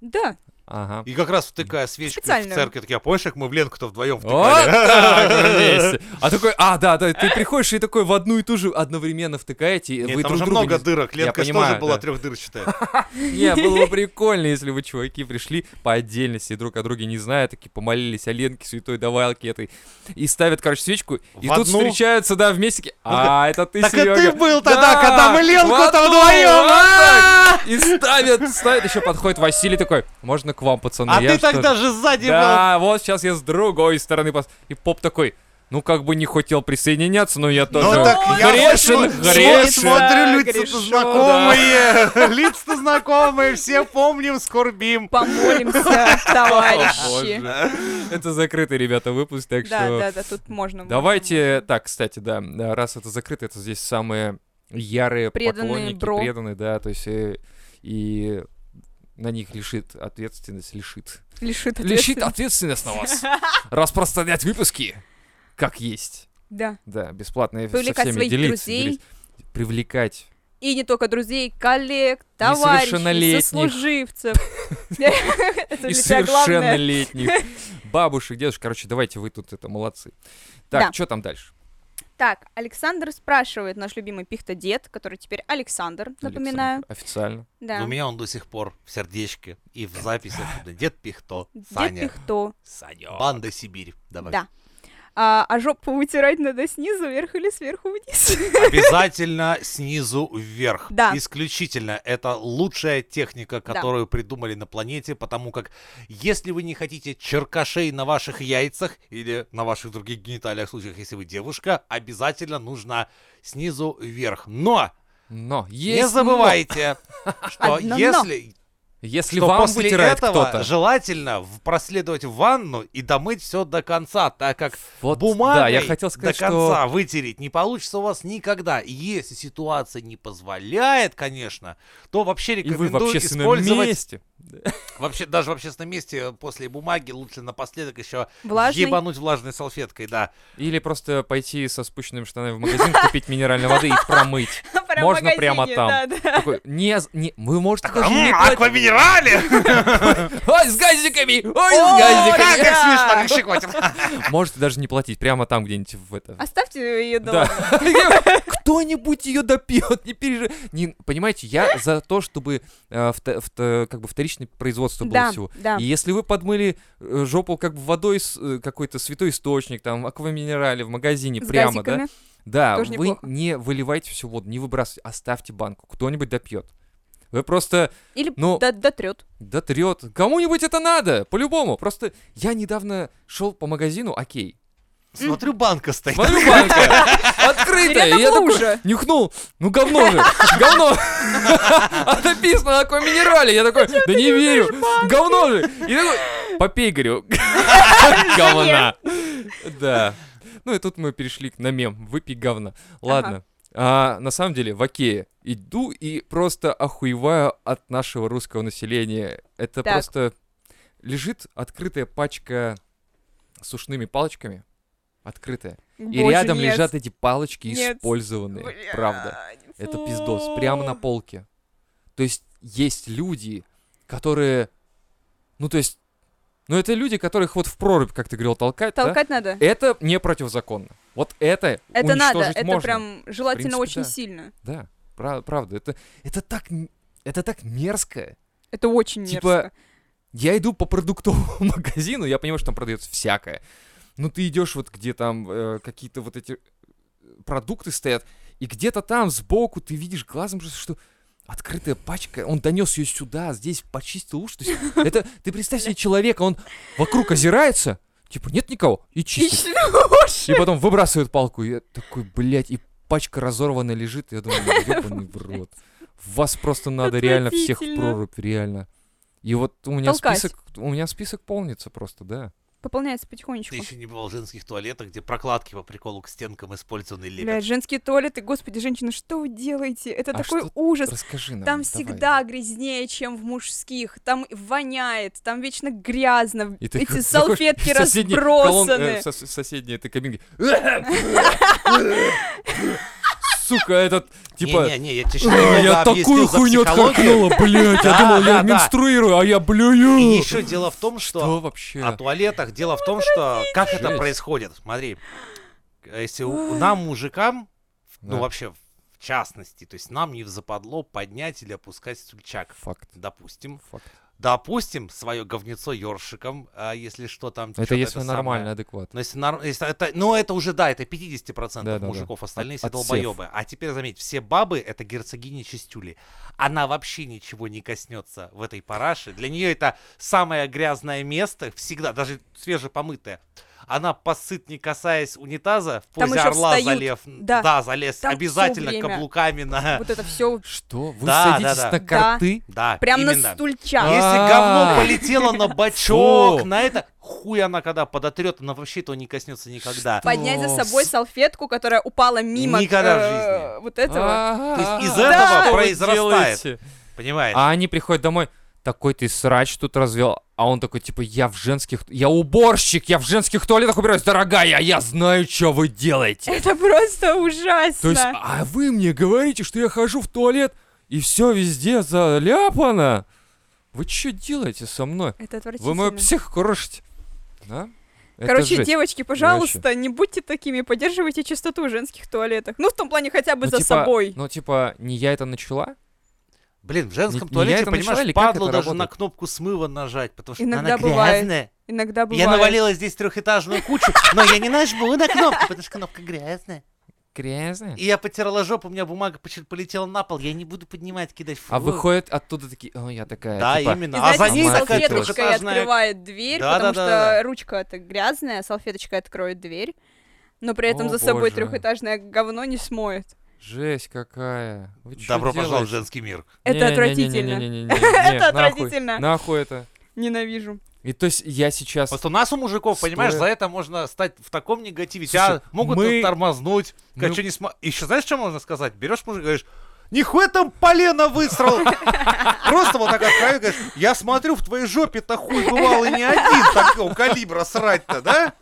Speaker 3: Да.
Speaker 1: Ага.
Speaker 2: И как раз втыкая свечку в
Speaker 3: Специальную.
Speaker 2: церкви, такие, а помнишь, как мы в Ленку-то вдвоем
Speaker 1: Вот
Speaker 2: втыкали?
Speaker 1: так вместе. А такой, а, да, да, ты приходишь и такой в одну и ту же одновременно втыкаете, и
Speaker 2: Нет,
Speaker 1: вы
Speaker 2: там
Speaker 1: друг
Speaker 2: же
Speaker 1: друга
Speaker 2: много
Speaker 1: не-
Speaker 2: дырок.
Speaker 1: Я
Speaker 2: Ленка же
Speaker 1: понимаю,
Speaker 2: тоже была
Speaker 1: да.
Speaker 2: трехдырчатая.
Speaker 1: Не, было бы прикольно, если бы чуваки пришли по отдельности, и друг о друге не зная, такие помолились о Ленке, святой давалке этой, и ставят, короче, свечку, и
Speaker 2: В
Speaker 1: тут
Speaker 2: одну?
Speaker 1: встречаются, да, вместе, такие, а, это ты,
Speaker 2: Так и ты
Speaker 1: Серёга».
Speaker 2: был тогда,
Speaker 1: Да,
Speaker 2: когда мы
Speaker 1: в
Speaker 2: Ленку-то
Speaker 1: одну,
Speaker 2: вдвоем.
Speaker 1: вот так.
Speaker 2: а!
Speaker 1: И ставят, ставят, еще подходит Василий такой, можно к вам, пацаны?
Speaker 2: А
Speaker 1: Ну, я
Speaker 2: ты
Speaker 1: что-то-
Speaker 2: тогда же сзади был.
Speaker 1: Да, вот сейчас я с другой стороны пос- И поп такой, ну как бы не хотел присоединяться, но я тоже...
Speaker 2: Ну так я
Speaker 1: грешен,
Speaker 2: смотрю-
Speaker 1: грешен.
Speaker 2: смотрю, лица-то
Speaker 3: грешен,
Speaker 2: знакомые, лица-то знакомые, все помним, скорбим.
Speaker 3: Помолимся, товарищи.
Speaker 1: Это закрытый, ребята, выпуск, так
Speaker 3: Да,
Speaker 1: что...
Speaker 3: да, да, тут можно.
Speaker 1: Давайте... Так, кстати, да, да, раз это закрыто, это здесь самые ярые
Speaker 3: Преданные
Speaker 1: поклонники,
Speaker 3: бро.
Speaker 1: преданные, да, то есть э, и на них лишит ответственность, лишит.
Speaker 3: можно. Лишит
Speaker 1: Лишит
Speaker 3: ответственности.
Speaker 1: ответственность на вас. Распространять выпуски, как есть.
Speaker 3: Да.
Speaker 1: Да, бесплатно и со
Speaker 3: Привлекать
Speaker 1: всеми
Speaker 3: своих
Speaker 1: делиться,
Speaker 3: друзей.
Speaker 1: делиться. Привлекать
Speaker 3: И не только друзей, коллег, товарищей,
Speaker 1: Несовершеннолетних.
Speaker 3: сослуживцев. Это
Speaker 1: и
Speaker 3: для тебя главное.
Speaker 1: совершеннолетних бабушек, дедушек. Короче, давайте вы тут это молодцы. Так,
Speaker 3: Да.
Speaker 1: что там дальше?
Speaker 3: Так, Александр спрашивает, наш любимый пихта-дед, который теперь Александр, напоминаю.
Speaker 1: Александр, Официально.
Speaker 3: Да.
Speaker 2: Ну, У меня он до сих пор в сердечке и в записях. Дед Пихто,
Speaker 3: Дед
Speaker 2: Саня,
Speaker 3: Пихто,
Speaker 1: Саня.
Speaker 2: Банда Сибирь. Давай.
Speaker 3: да. А, а жопу вытирать надо снизу вверх или сверху вниз?
Speaker 2: Обязательно снизу вверх.
Speaker 3: Да.
Speaker 2: Исключительно. Это лучшая техника, которую придумали на планете, потому как если вы не хотите черкашей на ваших яйцах или на ваших других гениталиях в случаях, если вы девушка, обязательно нужно снизу вверх. Но
Speaker 1: Но
Speaker 2: не
Speaker 1: есть
Speaker 2: забывайте, что
Speaker 3: Одно но.
Speaker 2: если,
Speaker 1: но. Если
Speaker 2: что
Speaker 1: вам
Speaker 2: после
Speaker 1: вытирает
Speaker 2: этого
Speaker 1: кто-то.
Speaker 2: желательно в- проследовать в ванну и домыть все до конца, так как
Speaker 1: Вот,
Speaker 2: бумагой
Speaker 1: да, я хотел сказать,
Speaker 2: до конца
Speaker 1: что...
Speaker 2: вытереть не получится у вас никогда. И Если ситуация не позволяет, конечно, то вообще
Speaker 1: И вы
Speaker 2: рекомендую
Speaker 1: в общественном
Speaker 2: использовать
Speaker 1: месте.
Speaker 2: вообще даже в общественном месте э, после бумаги лучше напоследок еще
Speaker 3: Влажный.
Speaker 2: ебануть влажной салфеткой, да.
Speaker 1: Или просто пойти со спущенными штанами в магазин, купить минеральной воды и промыть.
Speaker 3: прям
Speaker 1: Можно
Speaker 3: в магазине,
Speaker 1: прямо там.
Speaker 3: да, да.
Speaker 1: Такой, не, з- не, вы можете даже не
Speaker 2: М,
Speaker 1: платить.
Speaker 2: Акваминерале!
Speaker 1: Ой, с газиками! Ой,
Speaker 3: О,
Speaker 1: с газиками!
Speaker 2: Как
Speaker 3: да.
Speaker 2: их смешно, как щекотит.
Speaker 1: Можете даже не платить, прямо там где-нибудь в это.
Speaker 3: Оставьте ее дома.
Speaker 1: Да. Кто-нибудь ее допьет, не пережи. Не, понимаете, я за то, чтобы э, вто- вто- как бы вторичное производство было
Speaker 3: Да,
Speaker 1: всего.
Speaker 3: да.
Speaker 1: И если вы подмыли э, жопу как бы водой с э, какой-то святой источник, там, акваминерале в магазине
Speaker 3: С
Speaker 1: прямо, да?
Speaker 3: газиками.
Speaker 1: Да,
Speaker 3: Тоже
Speaker 1: вы
Speaker 3: неплохо.
Speaker 1: не выливайте всю воду, не выбрасывайте, оставьте банку, кто-нибудь допьет. Вы просто
Speaker 3: Или
Speaker 1: Ну,
Speaker 3: до- дотрет.
Speaker 1: Да трет. Кому-нибудь это надо, по-любому. Просто я недавно шел по магазину, окей.
Speaker 2: Смотрю, банка стоит.
Speaker 1: Смотрю, банка открытая.
Speaker 3: Рядом
Speaker 1: и Я такой
Speaker 3: лужа.
Speaker 1: нюхнул. Ну, говно же. Говно. А написано на каком минерале. Я такой, да не верю. Говно же. И такой, попей, говорю. Говна. Да. Ну и тут мы перешли к- на мем. Выпей говна. Ладно. А, на самом деле, в Окее иду и просто охуеваю от нашего русского населения. Это
Speaker 3: Так.
Speaker 1: просто... Лежит открытая пачка с сушными палочками. Открытая. И
Speaker 3: Боже,
Speaker 1: рядом
Speaker 3: нет.
Speaker 1: лежат эти палочки
Speaker 3: Нет.
Speaker 1: использованные. Правда.
Speaker 3: Блядь,
Speaker 1: Это
Speaker 3: фу.
Speaker 1: пиздос. Прямо на полке. То есть есть люди, которые... Ну, то есть... Ну, это люди, которых вот в прорубь, как ты говорил, толкать, да?
Speaker 3: Толкать надо.
Speaker 1: Это не противозаконно. Вот это
Speaker 3: Это надо,
Speaker 1: уничтожить
Speaker 3: это
Speaker 1: можно.
Speaker 3: прям желательно
Speaker 1: принципе,
Speaker 3: очень
Speaker 1: да.
Speaker 3: сильно.
Speaker 1: Да, пра- правда. Это, это так... м- Это так мерзко.
Speaker 3: Это очень
Speaker 1: Типа,
Speaker 3: мерзко.
Speaker 1: Я иду по продуктовому магазину, я понимаю, что там продается всякое. Но ты идешь вот где там э, какие-то вот эти э, продукты стоят, и где-то там сбоку ты видишь глазом просто, что открытая пачка, он донес ее сюда, здесь почистил уши. То есть это ты представь себе человека, он вокруг озирается, типа нет никого и чистит,
Speaker 3: Ищешь.
Speaker 1: и потом выбрасывает палку. И я такой, блядь, и пачка разорванная лежит, и я думаю, ну, ебаный в рот. Вас просто надо реально всех в
Speaker 3: Отвратительно.
Speaker 1: прорубь, реально. И вот у меня
Speaker 3: Толкать.
Speaker 1: список, у меня список полнится просто, да.
Speaker 3: Пополняется
Speaker 2: Ты
Speaker 3: потихонечку.
Speaker 2: еще не был в женских туалетах, где прокладки по приколу к стенкам использованы лепят.
Speaker 3: Блядь, женские туалеты, господи, женщины, что вы делаете? Это
Speaker 1: А
Speaker 3: такой
Speaker 1: что-
Speaker 3: ужас.
Speaker 1: Расскажи нам.
Speaker 3: Там
Speaker 1: давай.
Speaker 3: всегда грязнее, чем в мужских. Там воняет, там вечно грязно.
Speaker 1: И ты
Speaker 3: Эти
Speaker 1: заходишь
Speaker 3: салфетки
Speaker 1: в соседний колон-
Speaker 3: разбросаны.
Speaker 1: э, в сос- соседней этой кабинке. Сука, этот, типа...
Speaker 2: Не-не-не, я тебе щас
Speaker 1: «А,
Speaker 2: немного
Speaker 1: Я такую
Speaker 2: объясню за
Speaker 1: хуйню
Speaker 2: психологию.
Speaker 1: отхаркнула, блядь, я
Speaker 2: Да,
Speaker 1: думал,
Speaker 2: да,
Speaker 1: я
Speaker 2: да.
Speaker 1: менструирую, а я
Speaker 2: И
Speaker 1: блюю.
Speaker 2: еще дело в том,
Speaker 1: Что
Speaker 2: что а о
Speaker 1: вообще?
Speaker 2: туалетах, дело в том, что как это
Speaker 1: Э. Жесть.
Speaker 2: происходит. Смотри, если у- нам, мужикам, ну
Speaker 1: Да.
Speaker 2: вообще в частности, то есть нам не западло поднять или опускать стульчак.
Speaker 1: Факт.
Speaker 2: Допустим,
Speaker 1: Факт.
Speaker 2: допустим, свое говнецо ёршиком, а если что там...
Speaker 1: Это
Speaker 2: чё-то
Speaker 1: если
Speaker 2: самое.
Speaker 1: нормально, адекватно.
Speaker 2: Но если, нар- если это, ну это уже, да, это 50%
Speaker 1: Да-да-да.
Speaker 2: мужиков, остальные
Speaker 1: От-
Speaker 2: все
Speaker 1: отсев.
Speaker 2: долбоебы. А теперь заметь, все бабы это герцогини Чистюли. Она вообще ничего не коснется в этой параше. Для нее это самое грязное место всегда, даже свежепомытое. Она посыт, не касаясь унитаза, в
Speaker 3: Там
Speaker 2: позе
Speaker 3: ещё
Speaker 2: орла
Speaker 3: встают.
Speaker 2: залев.
Speaker 3: Да.
Speaker 2: залез.
Speaker 3: Там всё
Speaker 2: обязательно
Speaker 3: время.
Speaker 2: каблуками на...
Speaker 3: Вот это все
Speaker 1: Что? Вы
Speaker 2: Да, да,
Speaker 1: садитесь
Speaker 2: да.
Speaker 1: на
Speaker 3: Да.
Speaker 1: карты?
Speaker 2: Да,
Speaker 3: прям
Speaker 2: именно.
Speaker 3: на стульчак.
Speaker 1: А,
Speaker 2: Если
Speaker 1: А.
Speaker 2: говно полетело на
Speaker 1: Фу.
Speaker 2: бачок, на это, хуй она когда подотрет, она вообще этого не коснется никогда.
Speaker 3: Поднять за
Speaker 1: О,
Speaker 3: собой
Speaker 1: с-
Speaker 3: салфетку, которая упала мимо
Speaker 2: Никогда в
Speaker 3: э, вот этого.
Speaker 1: Ага.
Speaker 2: То
Speaker 3: А,
Speaker 2: есть из
Speaker 1: Да.
Speaker 2: этого
Speaker 1: Что вы
Speaker 2: произрастает.
Speaker 1: делаете?
Speaker 2: Понимаешь?
Speaker 1: А они приходят домой, такой ты срач тут развел. А он такой, типа, я в женских... Я уборщик, я в женских туалетах убираюсь. Дорогая, а я знаю, что вы делаете.
Speaker 3: Это просто
Speaker 1: То есть,
Speaker 3: ужасно.
Speaker 1: а вы мне говорите, что я хожу в туалет, и все везде заляпано? Вы что делаете со мной?
Speaker 3: Это отвратительно.
Speaker 1: Вы мою псих крошите. Да? Это
Speaker 3: Короче,
Speaker 1: жесть.
Speaker 3: девочки, пожалуйста, не будьте такими, поддерживайте чистоту в женских туалетах. Ну, в том плане хотя бы
Speaker 1: Ну,
Speaker 3: за
Speaker 1: типа-
Speaker 3: собой.
Speaker 1: Ну, типа, не я это начала?
Speaker 2: Блин, в
Speaker 1: не- не
Speaker 2: женском
Speaker 1: я
Speaker 2: туалете,
Speaker 1: это начала, или
Speaker 2: понимаешь,
Speaker 1: как
Speaker 2: падло
Speaker 1: это
Speaker 2: даже на
Speaker 1: работает?
Speaker 2: кнопку смыва нажать, потому что
Speaker 3: Иногда
Speaker 2: она
Speaker 3: бывает.
Speaker 2: грязная.
Speaker 3: Иногда бывает.
Speaker 2: Я навалила здесь трехэтажную кучу, но я не нажму на кнопку, потому что кнопка грязная.
Speaker 1: Грязная?
Speaker 2: И я потерла жопу, у меня бумага поч- полетела на пол, я не буду поднимать, кидать. Фу.
Speaker 1: А выходят оттуда такие, «О, я такая,
Speaker 2: Да,
Speaker 1: типа,
Speaker 3: И,
Speaker 2: именно. А
Speaker 3: знаете,
Speaker 2: за ней
Speaker 1: сама
Speaker 2: такая
Speaker 1: салфеточка
Speaker 3: салфеточкой
Speaker 2: трехэтажная
Speaker 3: открывает дверь,
Speaker 2: Да, да,
Speaker 3: потому что
Speaker 2: да, да.
Speaker 3: ручка это грязная, а салфеточка откроет дверь. Но при этом
Speaker 1: О,
Speaker 3: за собой
Speaker 1: боже.
Speaker 3: трехэтажное говно не смоет.
Speaker 1: жесть какая. Вы чё
Speaker 2: Добро пожаловать в
Speaker 1: делаете?
Speaker 2: женский мир.
Speaker 3: Это
Speaker 1: Не-не-не-не-не-не-не-не,
Speaker 3: отвратительно.
Speaker 1: не,
Speaker 3: Это
Speaker 1: нахуй,
Speaker 3: отвратительно.
Speaker 1: Нахуй это.
Speaker 3: Ненавижу.
Speaker 1: И то есть я сейчас...
Speaker 2: Вот у нас у мужиков,
Speaker 1: Стоя-
Speaker 2: понимаешь, за это можно стать в таком негативе.
Speaker 1: Слушай,
Speaker 2: Тебя могут
Speaker 1: мы-
Speaker 2: тут тормознуть.
Speaker 1: мы-
Speaker 2: Еще не смо- Еще знаешь, что можно сказать? Берешь мужика и говоришь, нихуя там полено высрал. Просто вот так отправил, говоришь, я смотрю, в твоей жопе-то хуй бывал и не один такого калибра срать-то, да?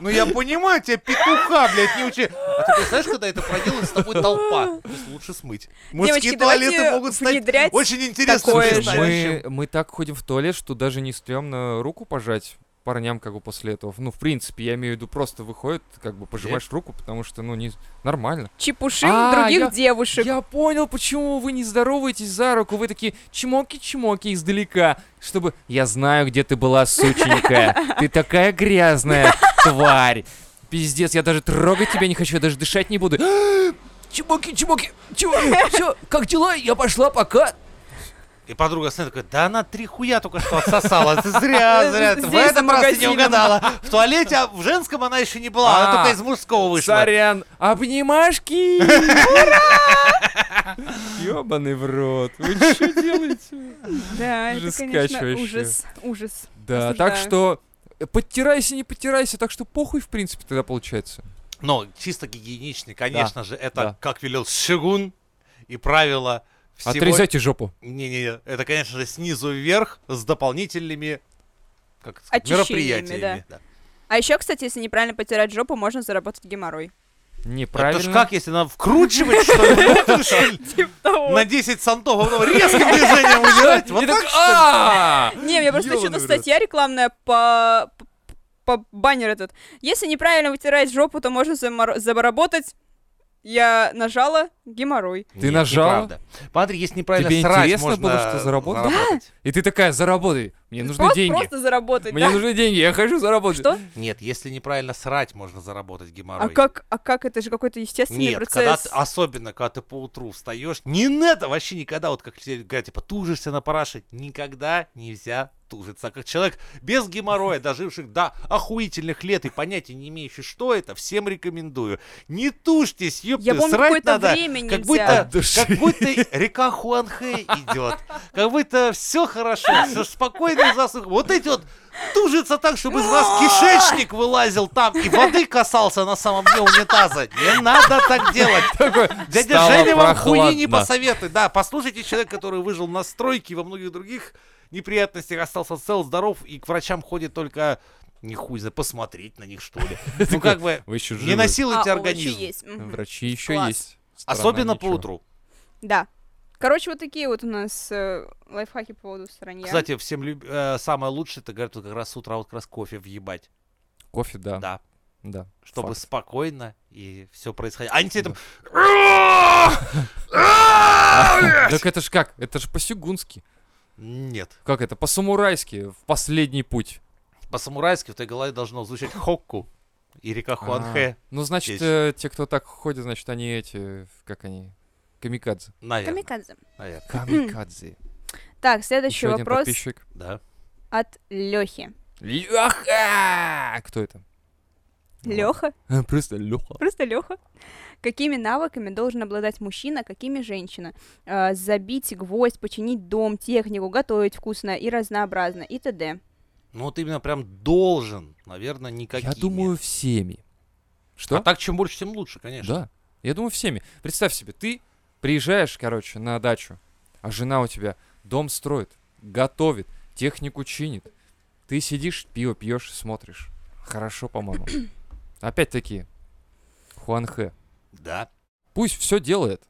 Speaker 2: Ну я понимаю, тебя петуха, блядь, не учи. А ты представляешь, когда это проделает с тобой толпа? То есть лучше смыть. Мужские
Speaker 3: Девочки, давайте
Speaker 2: туалеты могут стать
Speaker 3: внедрять
Speaker 2: очень интересным
Speaker 3: такое же.
Speaker 2: состоящим.
Speaker 1: Мы, мы так ходим в туалет, что даже не стрёмно руку пожать парням как бы после этого. Ну, в принципе, я имею в виду, просто выходит, как бы пожимаешь руку, потому что, ну, не... нормально.
Speaker 3: Чепушим
Speaker 1: А,
Speaker 3: других
Speaker 1: я-
Speaker 3: девушек.
Speaker 1: Я понял, почему вы не здороваетесь за руку. Вы такие чмоки-чмоки издалека, чтобы... Я знаю, где ты была, сученька. Ты такая грязная тварь. Пиздец, я даже трогать тебя не хочу, я даже дышать не буду. Чмоки, чмоки, чмоки, все, как дела? Я пошла, пока.
Speaker 2: И подруга стоит такая, да она три хуя только что отсосала. Ты зря, зря. ты В
Speaker 3: Здесь, за
Speaker 2: этом раз ты не
Speaker 3: магазином.
Speaker 2: угадала. В туалете, а в женском она еще не была. Она
Speaker 1: А,
Speaker 2: только из мужского вышла.
Speaker 1: Сорян, обнимашки! Ёбаный в рот, вы что делаете?
Speaker 3: Да, это,
Speaker 1: Жесткач
Speaker 3: конечно,
Speaker 1: вообще.
Speaker 3: ужас, ужас.
Speaker 1: Да,
Speaker 3: Осуждаю.
Speaker 1: так что э, подтирайся, не подтирайся, так что похуй, в принципе, тогда получается.
Speaker 2: Но чисто гигиеничный, конечно же, это
Speaker 1: да.
Speaker 2: как велел Шигун и правило всего
Speaker 1: Отрезайте жопу.
Speaker 2: Не-не, это, конечно же, снизу вверх с дополнительными как это сказать,
Speaker 3: Очищениями,
Speaker 2: мероприятиями. да.
Speaker 3: А еще, кстати, если неправильно потирать жопу, можно заработать геморрой.
Speaker 1: Неправильно.
Speaker 2: Это ж как, если надо вкручивать, что ли, внутрь, что ли,
Speaker 3: Типа того.
Speaker 2: на 10 сантов, а потом резким движением удирать? Вот
Speaker 1: И
Speaker 2: так,
Speaker 1: так,
Speaker 2: что ли?
Speaker 1: «А!»
Speaker 3: Не, мне просто
Speaker 1: Ёбаный
Speaker 3: что-то
Speaker 1: в рот.
Speaker 3: статья рекламная по... по баннер этот. Если неправильно вытирать жопу, то можно заморо- заработать... Я нажала геморрой.
Speaker 1: Ты нажала?
Speaker 2: неправда. Смотри, если неправильно
Speaker 1: Тебе
Speaker 2: срать,
Speaker 1: интересно
Speaker 2: можно
Speaker 1: было, что заработать? И ты такая, заработай, мне нужны
Speaker 3: Просто-
Speaker 1: деньги.
Speaker 3: Просто заработать,
Speaker 1: Мне
Speaker 3: да.
Speaker 1: нужны деньги, я хочу заработать.
Speaker 3: Что?
Speaker 2: Нет, если неправильно срать, можно заработать геморрой.
Speaker 3: А как, а как это же какой-то естественный
Speaker 2: Нет, когда
Speaker 3: процесс?
Speaker 2: ты, а, особенно когда ты по утру встаешь, не надо вообще никогда, вот как тебе говорят, типа, тужишься на параше, никогда нельзя тужиться. А Как человек без геморроя, доживших до охуительных лет и понятия не имеющий, что это, всем рекомендую. Не тужьтесь, ёпты,
Speaker 3: Я помню,
Speaker 2: срать
Speaker 3: какое-то
Speaker 2: надо.
Speaker 3: время нельзя.
Speaker 2: Как будто,
Speaker 1: От души.
Speaker 2: как будто река Хуанхэ идет. Как будто все хорошо, все спокойно и засух. Вот эти вот тужится так, чтобы из вас кишечник вылазил там и воды касался на самом дне унитаза. Не надо так делать.
Speaker 1: Такой,
Speaker 2: Дядя
Speaker 1: «Стало
Speaker 2: Женя вам хуйни не
Speaker 1: прохладно».
Speaker 2: посоветует. Да, послушайте человека, который выжил на стройке и во многих других неприятностях, остался цел, здоров и к врачам ходит только не хуй за посмотреть на них, что ли. Ну как бы
Speaker 1: Вы еще
Speaker 2: не
Speaker 1: живы.
Speaker 3: А,
Speaker 2: насилуйте
Speaker 3: овощи
Speaker 2: организм.
Speaker 3: есть. мгм.
Speaker 1: Врачи еще
Speaker 3: Класс.
Speaker 1: есть. Странно,
Speaker 2: Особенно по
Speaker 1: ничего.
Speaker 2: утру.
Speaker 3: Да. Короче, вот такие вот у нас э, лайфхаки по поводу сранья.
Speaker 2: Кстати, всем люб- э, самое лучшее, это говорят, вот как раз с утра вот как раз кофе въебать.
Speaker 1: Кофе, да.
Speaker 2: Да.
Speaker 1: Да.
Speaker 2: Чтобы
Speaker 1: Факт.
Speaker 2: спокойно и все происходило. Они тебе там...
Speaker 1: Так это ж как? Это ж по-сюгунски.
Speaker 2: Нет.
Speaker 1: Как это? По-самурайски. В последний путь.
Speaker 2: По-самурайски в твоей голове должно звучать хокку и река Хуанхэ.
Speaker 1: Ну,
Speaker 2: Есть.
Speaker 1: значит, э, те, кто так ходит, значит, они эти, как они, камикадзе.
Speaker 2: Наверное.
Speaker 3: Камикадзе.
Speaker 2: Наверное.
Speaker 1: Камикадзе.
Speaker 3: Так,
Speaker 1: Еще
Speaker 3: следующий
Speaker 1: один
Speaker 3: вопрос
Speaker 1: подписчик.
Speaker 2: Да.
Speaker 3: от Лехи.
Speaker 1: Леха! Кто это?
Speaker 3: Леха?
Speaker 1: Ладно. Просто Леха.
Speaker 3: Просто Леха. Какими навыками должен обладать мужчина, какими женщина? Э, забить гвоздь, починить дом, технику, готовить вкусно и разнообразно и т.д.
Speaker 2: Ну вот именно прям должен, наверное, никакими.
Speaker 1: Я думаю, всеми. Что?
Speaker 2: А так чем больше, тем лучше, конечно.
Speaker 1: Да. Я думаю, всеми. Представь себе, ты приезжаешь, короче, на дачу, а жена у тебя дом строит, готовит, технику чинит. Ты сидишь, пиво пьешь, смотришь. Хорошо, по-моему. Опять-таки, Хуанхэ.
Speaker 2: Да.
Speaker 1: Пусть все делает.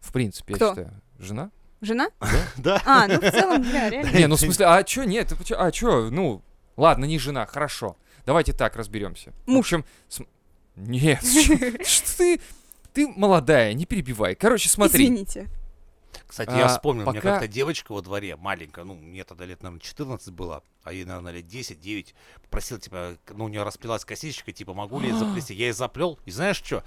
Speaker 1: В принципе,
Speaker 3: Кто?
Speaker 1: я считаю. Жена?
Speaker 3: Жена?
Speaker 2: Да.
Speaker 3: А, ну в целом, да, реально.
Speaker 1: Не, ну в смысле, а чё, нет, ты почё- а чё, ну, ладно, не жена, хорошо. Давайте так разберемся.
Speaker 3: Муж.
Speaker 1: Нет, что ты, ты молодая, не перебивай. Короче, смотри.
Speaker 3: Извините.
Speaker 2: Кстати, я
Speaker 1: А,
Speaker 2: вспомнил, у меня
Speaker 1: пока-
Speaker 2: как-то девочка во дворе, маленькая, ну, мне тогда лет, наверное, 14 было, а ей, наверное, лет 10-9, попросил, типа, к- ну, у нее распилась косичка, типа, могу ли я заплести? Я ей заплел, и знаешь что?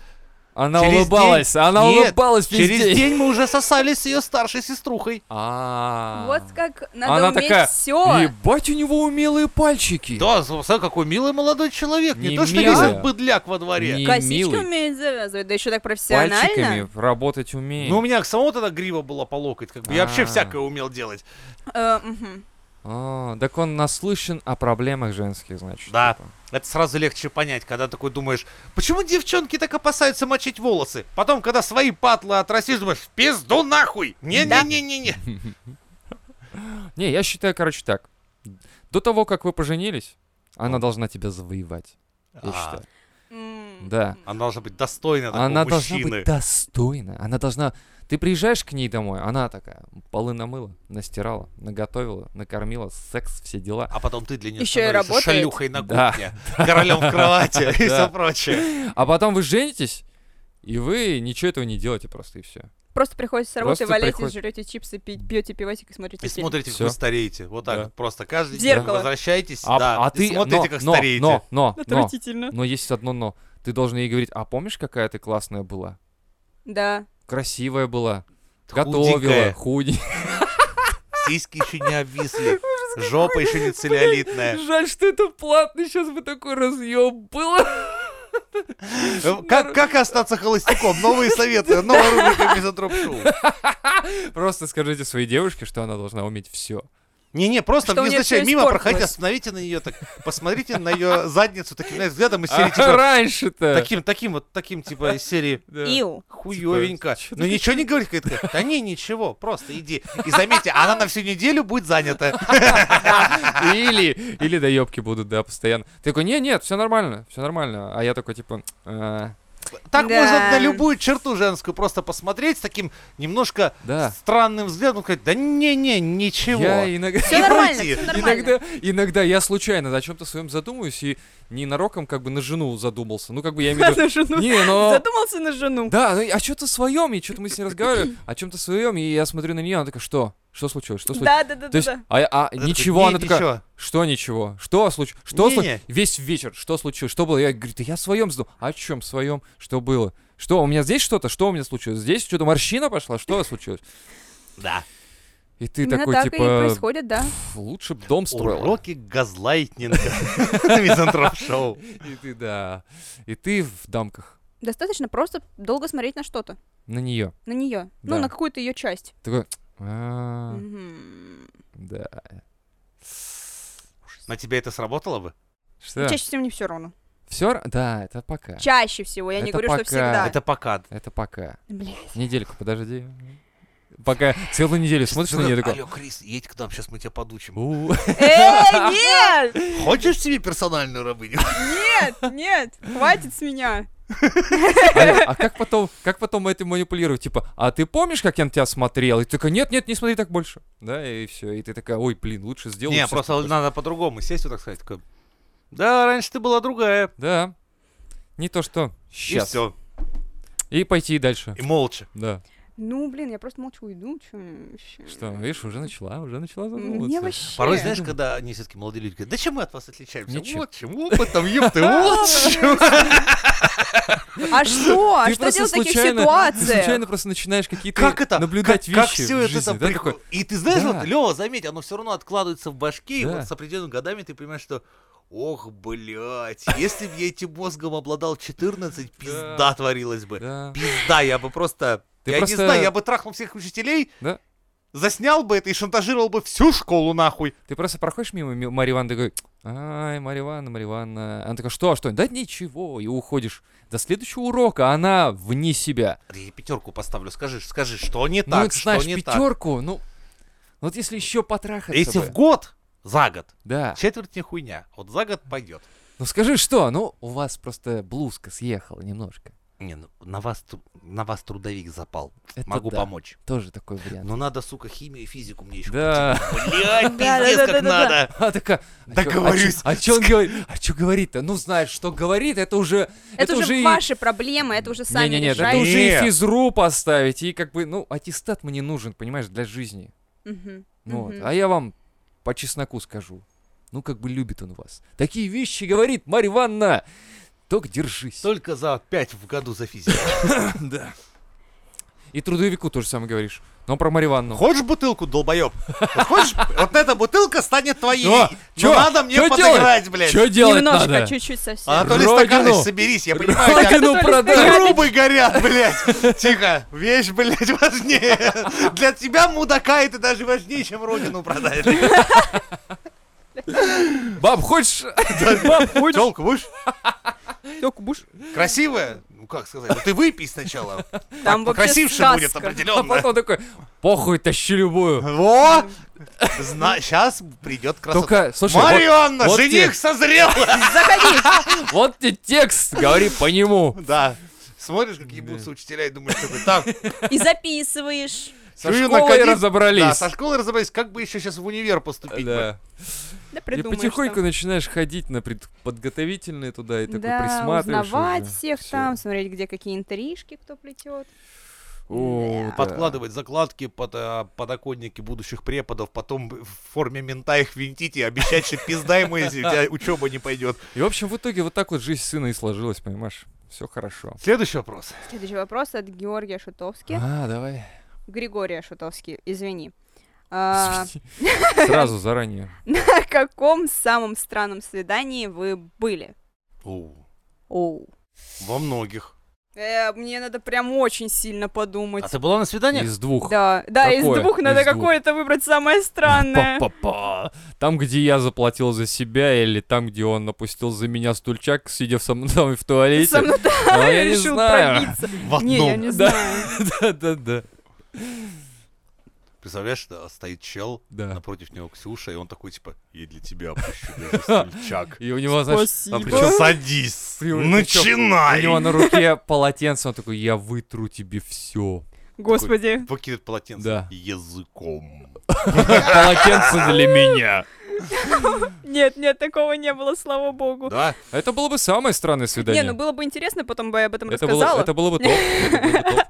Speaker 1: Она
Speaker 2: Через
Speaker 1: улыбалась, она
Speaker 2: Нет,
Speaker 1: улыбалась весь
Speaker 2: Через день мы уже сосались с ее старшей сеструхой.
Speaker 1: А.
Speaker 3: Вот как надо
Speaker 1: Она
Speaker 3: уметь
Speaker 1: такая,
Speaker 3: все.
Speaker 1: Ебать, у него умелые пальчики.
Speaker 2: Да, смотри, какой милый молодой человек, не,
Speaker 1: Не
Speaker 2: то что
Speaker 1: милый.
Speaker 2: весь этот быдляк во дворе.
Speaker 1: Не
Speaker 3: Косички
Speaker 1: милый.
Speaker 3: умеет завязывать, да еще так профессионально.
Speaker 1: Пальчиками работать умеет.
Speaker 2: Ну, у меня к самому тогда грива была по локоть, как бы я вообще
Speaker 1: А.
Speaker 2: всякое умел делать.
Speaker 3: Э, мгм.
Speaker 1: А, так он наслышан о проблемах женских, значит.
Speaker 2: Да.
Speaker 1: типа.
Speaker 2: Это сразу легче понять, когда такой думаешь, почему девчонки так опасаются мочить волосы? Потом, когда свои патлы отрастишь, думаешь, в пизду нахуй! Не-не-не-не-не.
Speaker 1: Не, я считаю, короче, так. До того, как вы поженились, она должна тебя завоевать. я
Speaker 2: А,
Speaker 1: считаю.
Speaker 3: М.
Speaker 1: Да.
Speaker 2: Она должна быть достойна такого
Speaker 1: она
Speaker 2: мужчины.
Speaker 1: должна быть достойна. Она должна... Ты приезжаешь к ней домой, она такая, полы намыла, настирала, наготовила, накормила, секс, все дела.
Speaker 2: А потом ты для нее
Speaker 3: Ещё и
Speaker 2: становишься
Speaker 3: работает.
Speaker 2: шалюхой на
Speaker 1: Да.
Speaker 2: кухне, королем в кровати и
Speaker 1: Да.
Speaker 2: все прочее.
Speaker 1: А потом вы женитесь, и вы ничего этого не делаете просто, и все.
Speaker 3: Просто приходите с работы,
Speaker 1: Просто
Speaker 3: валяетесь,
Speaker 1: приход-
Speaker 3: жрете чипсы, пи- пьете пивасик и смотрите
Speaker 2: И
Speaker 3: фильм.
Speaker 2: смотрите, как
Speaker 1: Всё.
Speaker 2: вы стареете. Вот так
Speaker 1: Да.
Speaker 2: вот просто каждый
Speaker 3: В
Speaker 2: день
Speaker 3: зеркало.
Speaker 2: возвращаетесь,
Speaker 1: А,
Speaker 2: да,
Speaker 1: а
Speaker 2: и
Speaker 1: ты...
Speaker 2: смотрите,
Speaker 1: но,
Speaker 2: как
Speaker 1: но,
Speaker 2: стареете.
Speaker 1: но, но,
Speaker 3: Ну,
Speaker 1: но,
Speaker 3: Отвратительно.
Speaker 1: но есть одно но. Ты должен ей говорить, а помнишь, какая ты классная была?
Speaker 3: Да.
Speaker 1: Красивая была, готовила,
Speaker 2: Худенькая,
Speaker 1: худенькая.
Speaker 2: Сиськи еще не обвисли, жопа еще не целлюлитная.
Speaker 1: Жаль, что это платно, сейчас бы такой разъем был.
Speaker 2: Э, Как, как остаться холостяком? Новые советы, новая рубрика Мизантроп Шоу.
Speaker 1: Просто скажите своей девушке, что она должна уметь все.
Speaker 2: Не-не, просто
Speaker 3: Что у
Speaker 2: не
Speaker 3: неё
Speaker 2: изначально
Speaker 3: всё
Speaker 2: мимо проходите,
Speaker 3: испортилось.
Speaker 2: остановите на нее, так посмотрите на ее задницу таким знаешь, взглядом из серии,
Speaker 1: А
Speaker 2: типа,
Speaker 1: раньше-то.
Speaker 2: таким, таким вот, таким, типа, из серии,
Speaker 1: Да.
Speaker 3: Ил.
Speaker 2: Хуёвенько.
Speaker 1: чё
Speaker 2: Ну ничего не говорит, говорит, говорит, да не, ничего, просто иди. И заметьте, она на всю неделю будет занята.
Speaker 1: Или, или доебки будут, да, постоянно. Ты такой, не, нет, все нормально, все нормально. А я такой, типа, «А,
Speaker 2: Так
Speaker 3: Да.
Speaker 2: можно на любую черту женскую просто посмотреть с таким немножко
Speaker 1: Да.
Speaker 2: странным взглядом, сказать, да не-не, ничего.
Speaker 1: я иногда...
Speaker 3: Все
Speaker 2: И
Speaker 3: нормально,
Speaker 2: пройти.
Speaker 3: все
Speaker 1: Иногда,
Speaker 3: нормально.
Speaker 1: иногда я случайно о чем-то своем задумаюсь и ненароком как бы на жену задумался. Ну, как бы я имею в виду...
Speaker 3: На жену.
Speaker 1: Не, но...
Speaker 3: Задумался на жену.
Speaker 1: Да, ну, и о чем-то своем, и что-то мы с ней разговариваем, о чем-то своем, и я смотрю на нее, она такая, что? Что случилось? Что случилось?
Speaker 3: Да, да, да,
Speaker 1: То
Speaker 3: да,
Speaker 1: есть,
Speaker 3: да.
Speaker 1: а, а
Speaker 2: Она
Speaker 1: ничего, она
Speaker 2: такая, «Не,
Speaker 1: такая,
Speaker 2: ничего».
Speaker 1: Что ничего? Что случилось? Что
Speaker 2: Не-не.
Speaker 1: случилось? Весь вечер. Что случилось? Что было? Я говорю, да я в своем задум. О чем своем? Что было? Что? У меня здесь что-то? Что у меня случилось? Здесь что-то морщина пошла? Что случилось?
Speaker 2: Да.
Speaker 1: И ты
Speaker 3: Именно
Speaker 1: такой,
Speaker 3: так и
Speaker 1: типа,
Speaker 3: происходит, да.
Speaker 1: «Пф, лучше бы дом строил.
Speaker 2: Уроки газлайтнинга. Мизантроп шоу.
Speaker 1: И ты, да. И ты в дамках.
Speaker 3: Достаточно просто долго смотреть на что-то.
Speaker 1: На нее.
Speaker 3: На нее.
Speaker 1: Да.
Speaker 3: Ну, на какую-то ее часть.
Speaker 1: Такой, «А,
Speaker 3: Мгм.
Speaker 1: да.
Speaker 2: На тебя это сработало бы?
Speaker 1: Что?
Speaker 3: Ну, Чаще всего мне все равно.
Speaker 1: Все? Да, это пока.
Speaker 3: Чаще всего, я не
Speaker 1: Это
Speaker 3: говорю,
Speaker 1: пока.
Speaker 3: что всегда.
Speaker 2: Это пока.
Speaker 1: Это пока.
Speaker 3: Блядь.
Speaker 1: Недельку, подожди. Пока целую неделю смотришь
Speaker 3: ну,
Speaker 1: на нее такой.
Speaker 2: Алло, Крис, едь к нам, сейчас мы тебя подучим.
Speaker 1: «У,
Speaker 3: Эй, нет!
Speaker 2: Хочешь себе персональную рабыню?
Speaker 3: Нет, нет, хватит с меня.
Speaker 1: А, а как потом, как потом этим манипулировать? Типа, а ты помнишь, как я на тебя смотрел? И ты такая, нет, нет, не смотри так больше. Да, и все. И ты такая, ой, блин, лучше сделай.
Speaker 2: Не,
Speaker 1: всё
Speaker 2: просто
Speaker 1: такое».
Speaker 2: надо по-другому сесть, вот так сказать. такой, Да, раньше ты была другая.
Speaker 1: Да. Не то что. Сейчас.
Speaker 2: И все.
Speaker 1: И пойти дальше.
Speaker 2: И молча.
Speaker 1: Да.
Speaker 3: Ну, блин, я просто молча уйду. чё вообще.
Speaker 1: Что, видишь, уже начала, уже начала
Speaker 3: Мне
Speaker 1: задумываться.
Speaker 3: вообще.
Speaker 2: Порой, знаешь, когда они все-таки молодые люди говорят, да чем мы от вас отличаемся?
Speaker 1: Ничем.
Speaker 2: Вот чем опытом, ёпты, вот чем.
Speaker 3: А что? А
Speaker 1: Ты
Speaker 3: что
Speaker 1: просто
Speaker 3: делать в таких
Speaker 1: случайно- Ты случайно
Speaker 3: ситуациях?
Speaker 1: просто начинаешь какие-то
Speaker 2: Как это?
Speaker 1: наблюдать
Speaker 2: как,
Speaker 1: вещи
Speaker 2: как все
Speaker 1: в
Speaker 2: это
Speaker 1: жизни, да,
Speaker 2: приход-
Speaker 1: такой,
Speaker 2: И ты знаешь,
Speaker 1: Да.
Speaker 2: вот, Лева, заметь, оно все равно откладывается в башке, и
Speaker 1: Да.
Speaker 2: вот с определенными годами ты понимаешь, что Ох, блядь, если бы я этим мозгом обладал в 14, пизда
Speaker 1: Да.
Speaker 2: творилась бы.
Speaker 1: да.
Speaker 2: Пизда, я бы просто...
Speaker 1: Ты
Speaker 2: я
Speaker 1: просто-
Speaker 2: не знаю, я бы трахнул всех учителей,
Speaker 1: Да.
Speaker 2: заснял бы это и шантажировал бы всю школу нахуй.
Speaker 1: Ты просто проходишь мимо Ми- Марьи Ивановны, такой, ай, Марья Ивановна, Марья Ивановна. Она такая, что, что? Да ничего, и уходишь. До следующего урока а она вне себя.
Speaker 2: Да Я пятерку поставлю, скажи, скажи, что не
Speaker 1: ну,
Speaker 2: так,
Speaker 1: это,
Speaker 2: что
Speaker 1: знаешь,
Speaker 2: не так.
Speaker 1: пятерку, ну, вот если еще потрахаться
Speaker 2: Если
Speaker 1: бы.
Speaker 2: в год, за год,
Speaker 1: Да.
Speaker 2: четверть не хуйня, вот за год пойдет.
Speaker 1: Ну скажи, что? Ну, у вас просто блузка съехала немножко.
Speaker 2: Не, ну, на вас, тру- на вас трудовик запал.
Speaker 1: Это
Speaker 2: Могу
Speaker 1: да.
Speaker 2: помочь. Ну,
Speaker 1: Тоже такой вариант.
Speaker 2: Но надо, сука, химию и физику мне еще.
Speaker 1: да.
Speaker 2: Блять, пиздец, как
Speaker 3: Да-да-да-да-да.
Speaker 2: надо.
Speaker 1: А такая, а чё-
Speaker 2: Договорюсь.
Speaker 1: А что он говорит? А что говорит-то? Ну, знаешь, что говорит, это уже...
Speaker 3: Это уже
Speaker 1: и-
Speaker 3: ваши проблемы, это уже сами
Speaker 1: Не-не-не, это
Speaker 2: решаете.
Speaker 3: решаете.
Speaker 1: уже и
Speaker 2: Нет.
Speaker 1: физру поставить, и как бы, ну, аттестат мне нужен, понимаешь, для жизни.
Speaker 3: Мгм,
Speaker 1: Ну вот.
Speaker 3: мгм.
Speaker 1: А я вам по чесноку скажу. Ну, как бы любит он вас. Такие вещи говорит Марья Ивановна. Только держись.
Speaker 2: Только за пять в году за физику.
Speaker 1: Да. И трудовику тоже самое говоришь. Но про Марью Ивановну.
Speaker 2: Хочешь бутылку, долбоеб? Вот Хочешь? Вот эта бутылка станет твоей.
Speaker 1: О,
Speaker 2: Но
Speaker 1: Ну, а, чё?
Speaker 2: Ну, надо мне
Speaker 1: Чё
Speaker 2: подыграть, блядь.
Speaker 1: Что делать
Speaker 3: Немножко,
Speaker 1: надо? А
Speaker 3: чуть-чуть совсем.
Speaker 2: Анатолий
Speaker 1: Родину.
Speaker 2: Стаканович, соберись, я понимаю, тебя
Speaker 1: Родину
Speaker 3: Анатолий
Speaker 1: продать.
Speaker 3: Стаканович.
Speaker 2: Трубы горят, блядь. Тихо. Вещь, блядь, важнее. Для тебя, мудака, это даже важнее, чем родину продать.
Speaker 1: Баб, хочешь?
Speaker 2: Телку будешь?
Speaker 3: Только будешь-
Speaker 2: Красивая? Ну, как сказать, ну ты выпей сначала.
Speaker 3: Там вообще
Speaker 2: Покрасивше
Speaker 3: сказка.
Speaker 2: будет
Speaker 1: А
Speaker 2: определенно.
Speaker 1: потом такой, похуй, тащи любую.
Speaker 2: Во! Сейчас придет красота.
Speaker 1: Только, слушай, вот-
Speaker 2: Марианна,
Speaker 1: вот
Speaker 2: жених созрел!
Speaker 3: Заходи!
Speaker 1: Вот тебе текст, говори по нему.
Speaker 2: Да. Смотришь, как ебутся учителя и думаешь, такой, так,
Speaker 3: И записываешь.
Speaker 1: Со
Speaker 2: чую,
Speaker 1: школой
Speaker 2: наконец- Да,
Speaker 1: разобрались.
Speaker 2: со школы разобрались, как бы еще сейчас в универ поступить. бы.
Speaker 1: Да.
Speaker 3: Да
Speaker 1: И
Speaker 3: придумаешь
Speaker 1: потихоньку
Speaker 3: там.
Speaker 1: начинаешь ходить на пред- подготовительные туда и такой
Speaker 3: Да,
Speaker 1: присматриваешь.
Speaker 3: узнавать
Speaker 1: уже.
Speaker 3: всех
Speaker 1: Всё.
Speaker 3: там, смотреть, где какие интрижки, кто плетет. Э,
Speaker 1: О, да.
Speaker 2: Подкладывать закладки под э, подоконники будущих преподов, потом в форме мента их винтить и обещать, что пизда ему, если у тебя учеба не пойдет.
Speaker 1: И, в общем, в итоге вот так вот жизнь сына и сложилась, понимаешь? Все хорошо.
Speaker 2: Следующий вопрос.
Speaker 3: Следующий вопрос от Георгия Шутовски.
Speaker 1: А, давай.
Speaker 3: Григория Шутовски, извини. А,
Speaker 1: Сразу заранее.
Speaker 3: на каком самом странном свидании вы были?
Speaker 2: Оу,
Speaker 3: Оу.
Speaker 2: Во многих.
Speaker 3: Э, мне надо прям очень сильно подумать.
Speaker 2: А ты была на свидании?
Speaker 1: Из двух.
Speaker 3: Ну, Да, да, из
Speaker 1: Какое?
Speaker 3: двух
Speaker 1: Из
Speaker 3: надо
Speaker 1: двух.
Speaker 3: какое-то выбрать самое странное.
Speaker 1: Па-па-па. Там, где я заплатил за себя, или там, где он напустил за меня стульчак, сидя со мной в туалете.
Speaker 3: Со мной
Speaker 1: А я
Speaker 3: я
Speaker 1: не
Speaker 3: решил
Speaker 1: знаю.
Speaker 3: пробиться.
Speaker 2: В
Speaker 3: Не, я
Speaker 2: одном.
Speaker 3: не
Speaker 1: Да.
Speaker 3: знаю.
Speaker 1: Да-да-да.
Speaker 2: Представляешь, что стоит чел,
Speaker 1: Да.
Speaker 2: напротив него Ксюша, и он такой, типа, я для тебя опущу даже стульчак.
Speaker 1: И у него, знаешь, а
Speaker 3: Спасибо.
Speaker 1: там
Speaker 3: Ибо-
Speaker 2: Причем садись,
Speaker 1: Ты- У него
Speaker 2: начинай!
Speaker 1: на руке полотенце, он такой, я вытру тебе все.
Speaker 3: Господи.
Speaker 2: Выкидывает полотенце
Speaker 1: Да.
Speaker 2: языком.
Speaker 1: Полотенце для меня.
Speaker 3: Нет, нет, такого не было, слава богу.
Speaker 2: Да?
Speaker 1: Это было бы самое странное
Speaker 3: Не,
Speaker 1: свидание.
Speaker 3: ну было бы интересно, потом бы я об этом
Speaker 1: это, было,
Speaker 3: рассказала.
Speaker 1: это было бы топ. это было бы топ.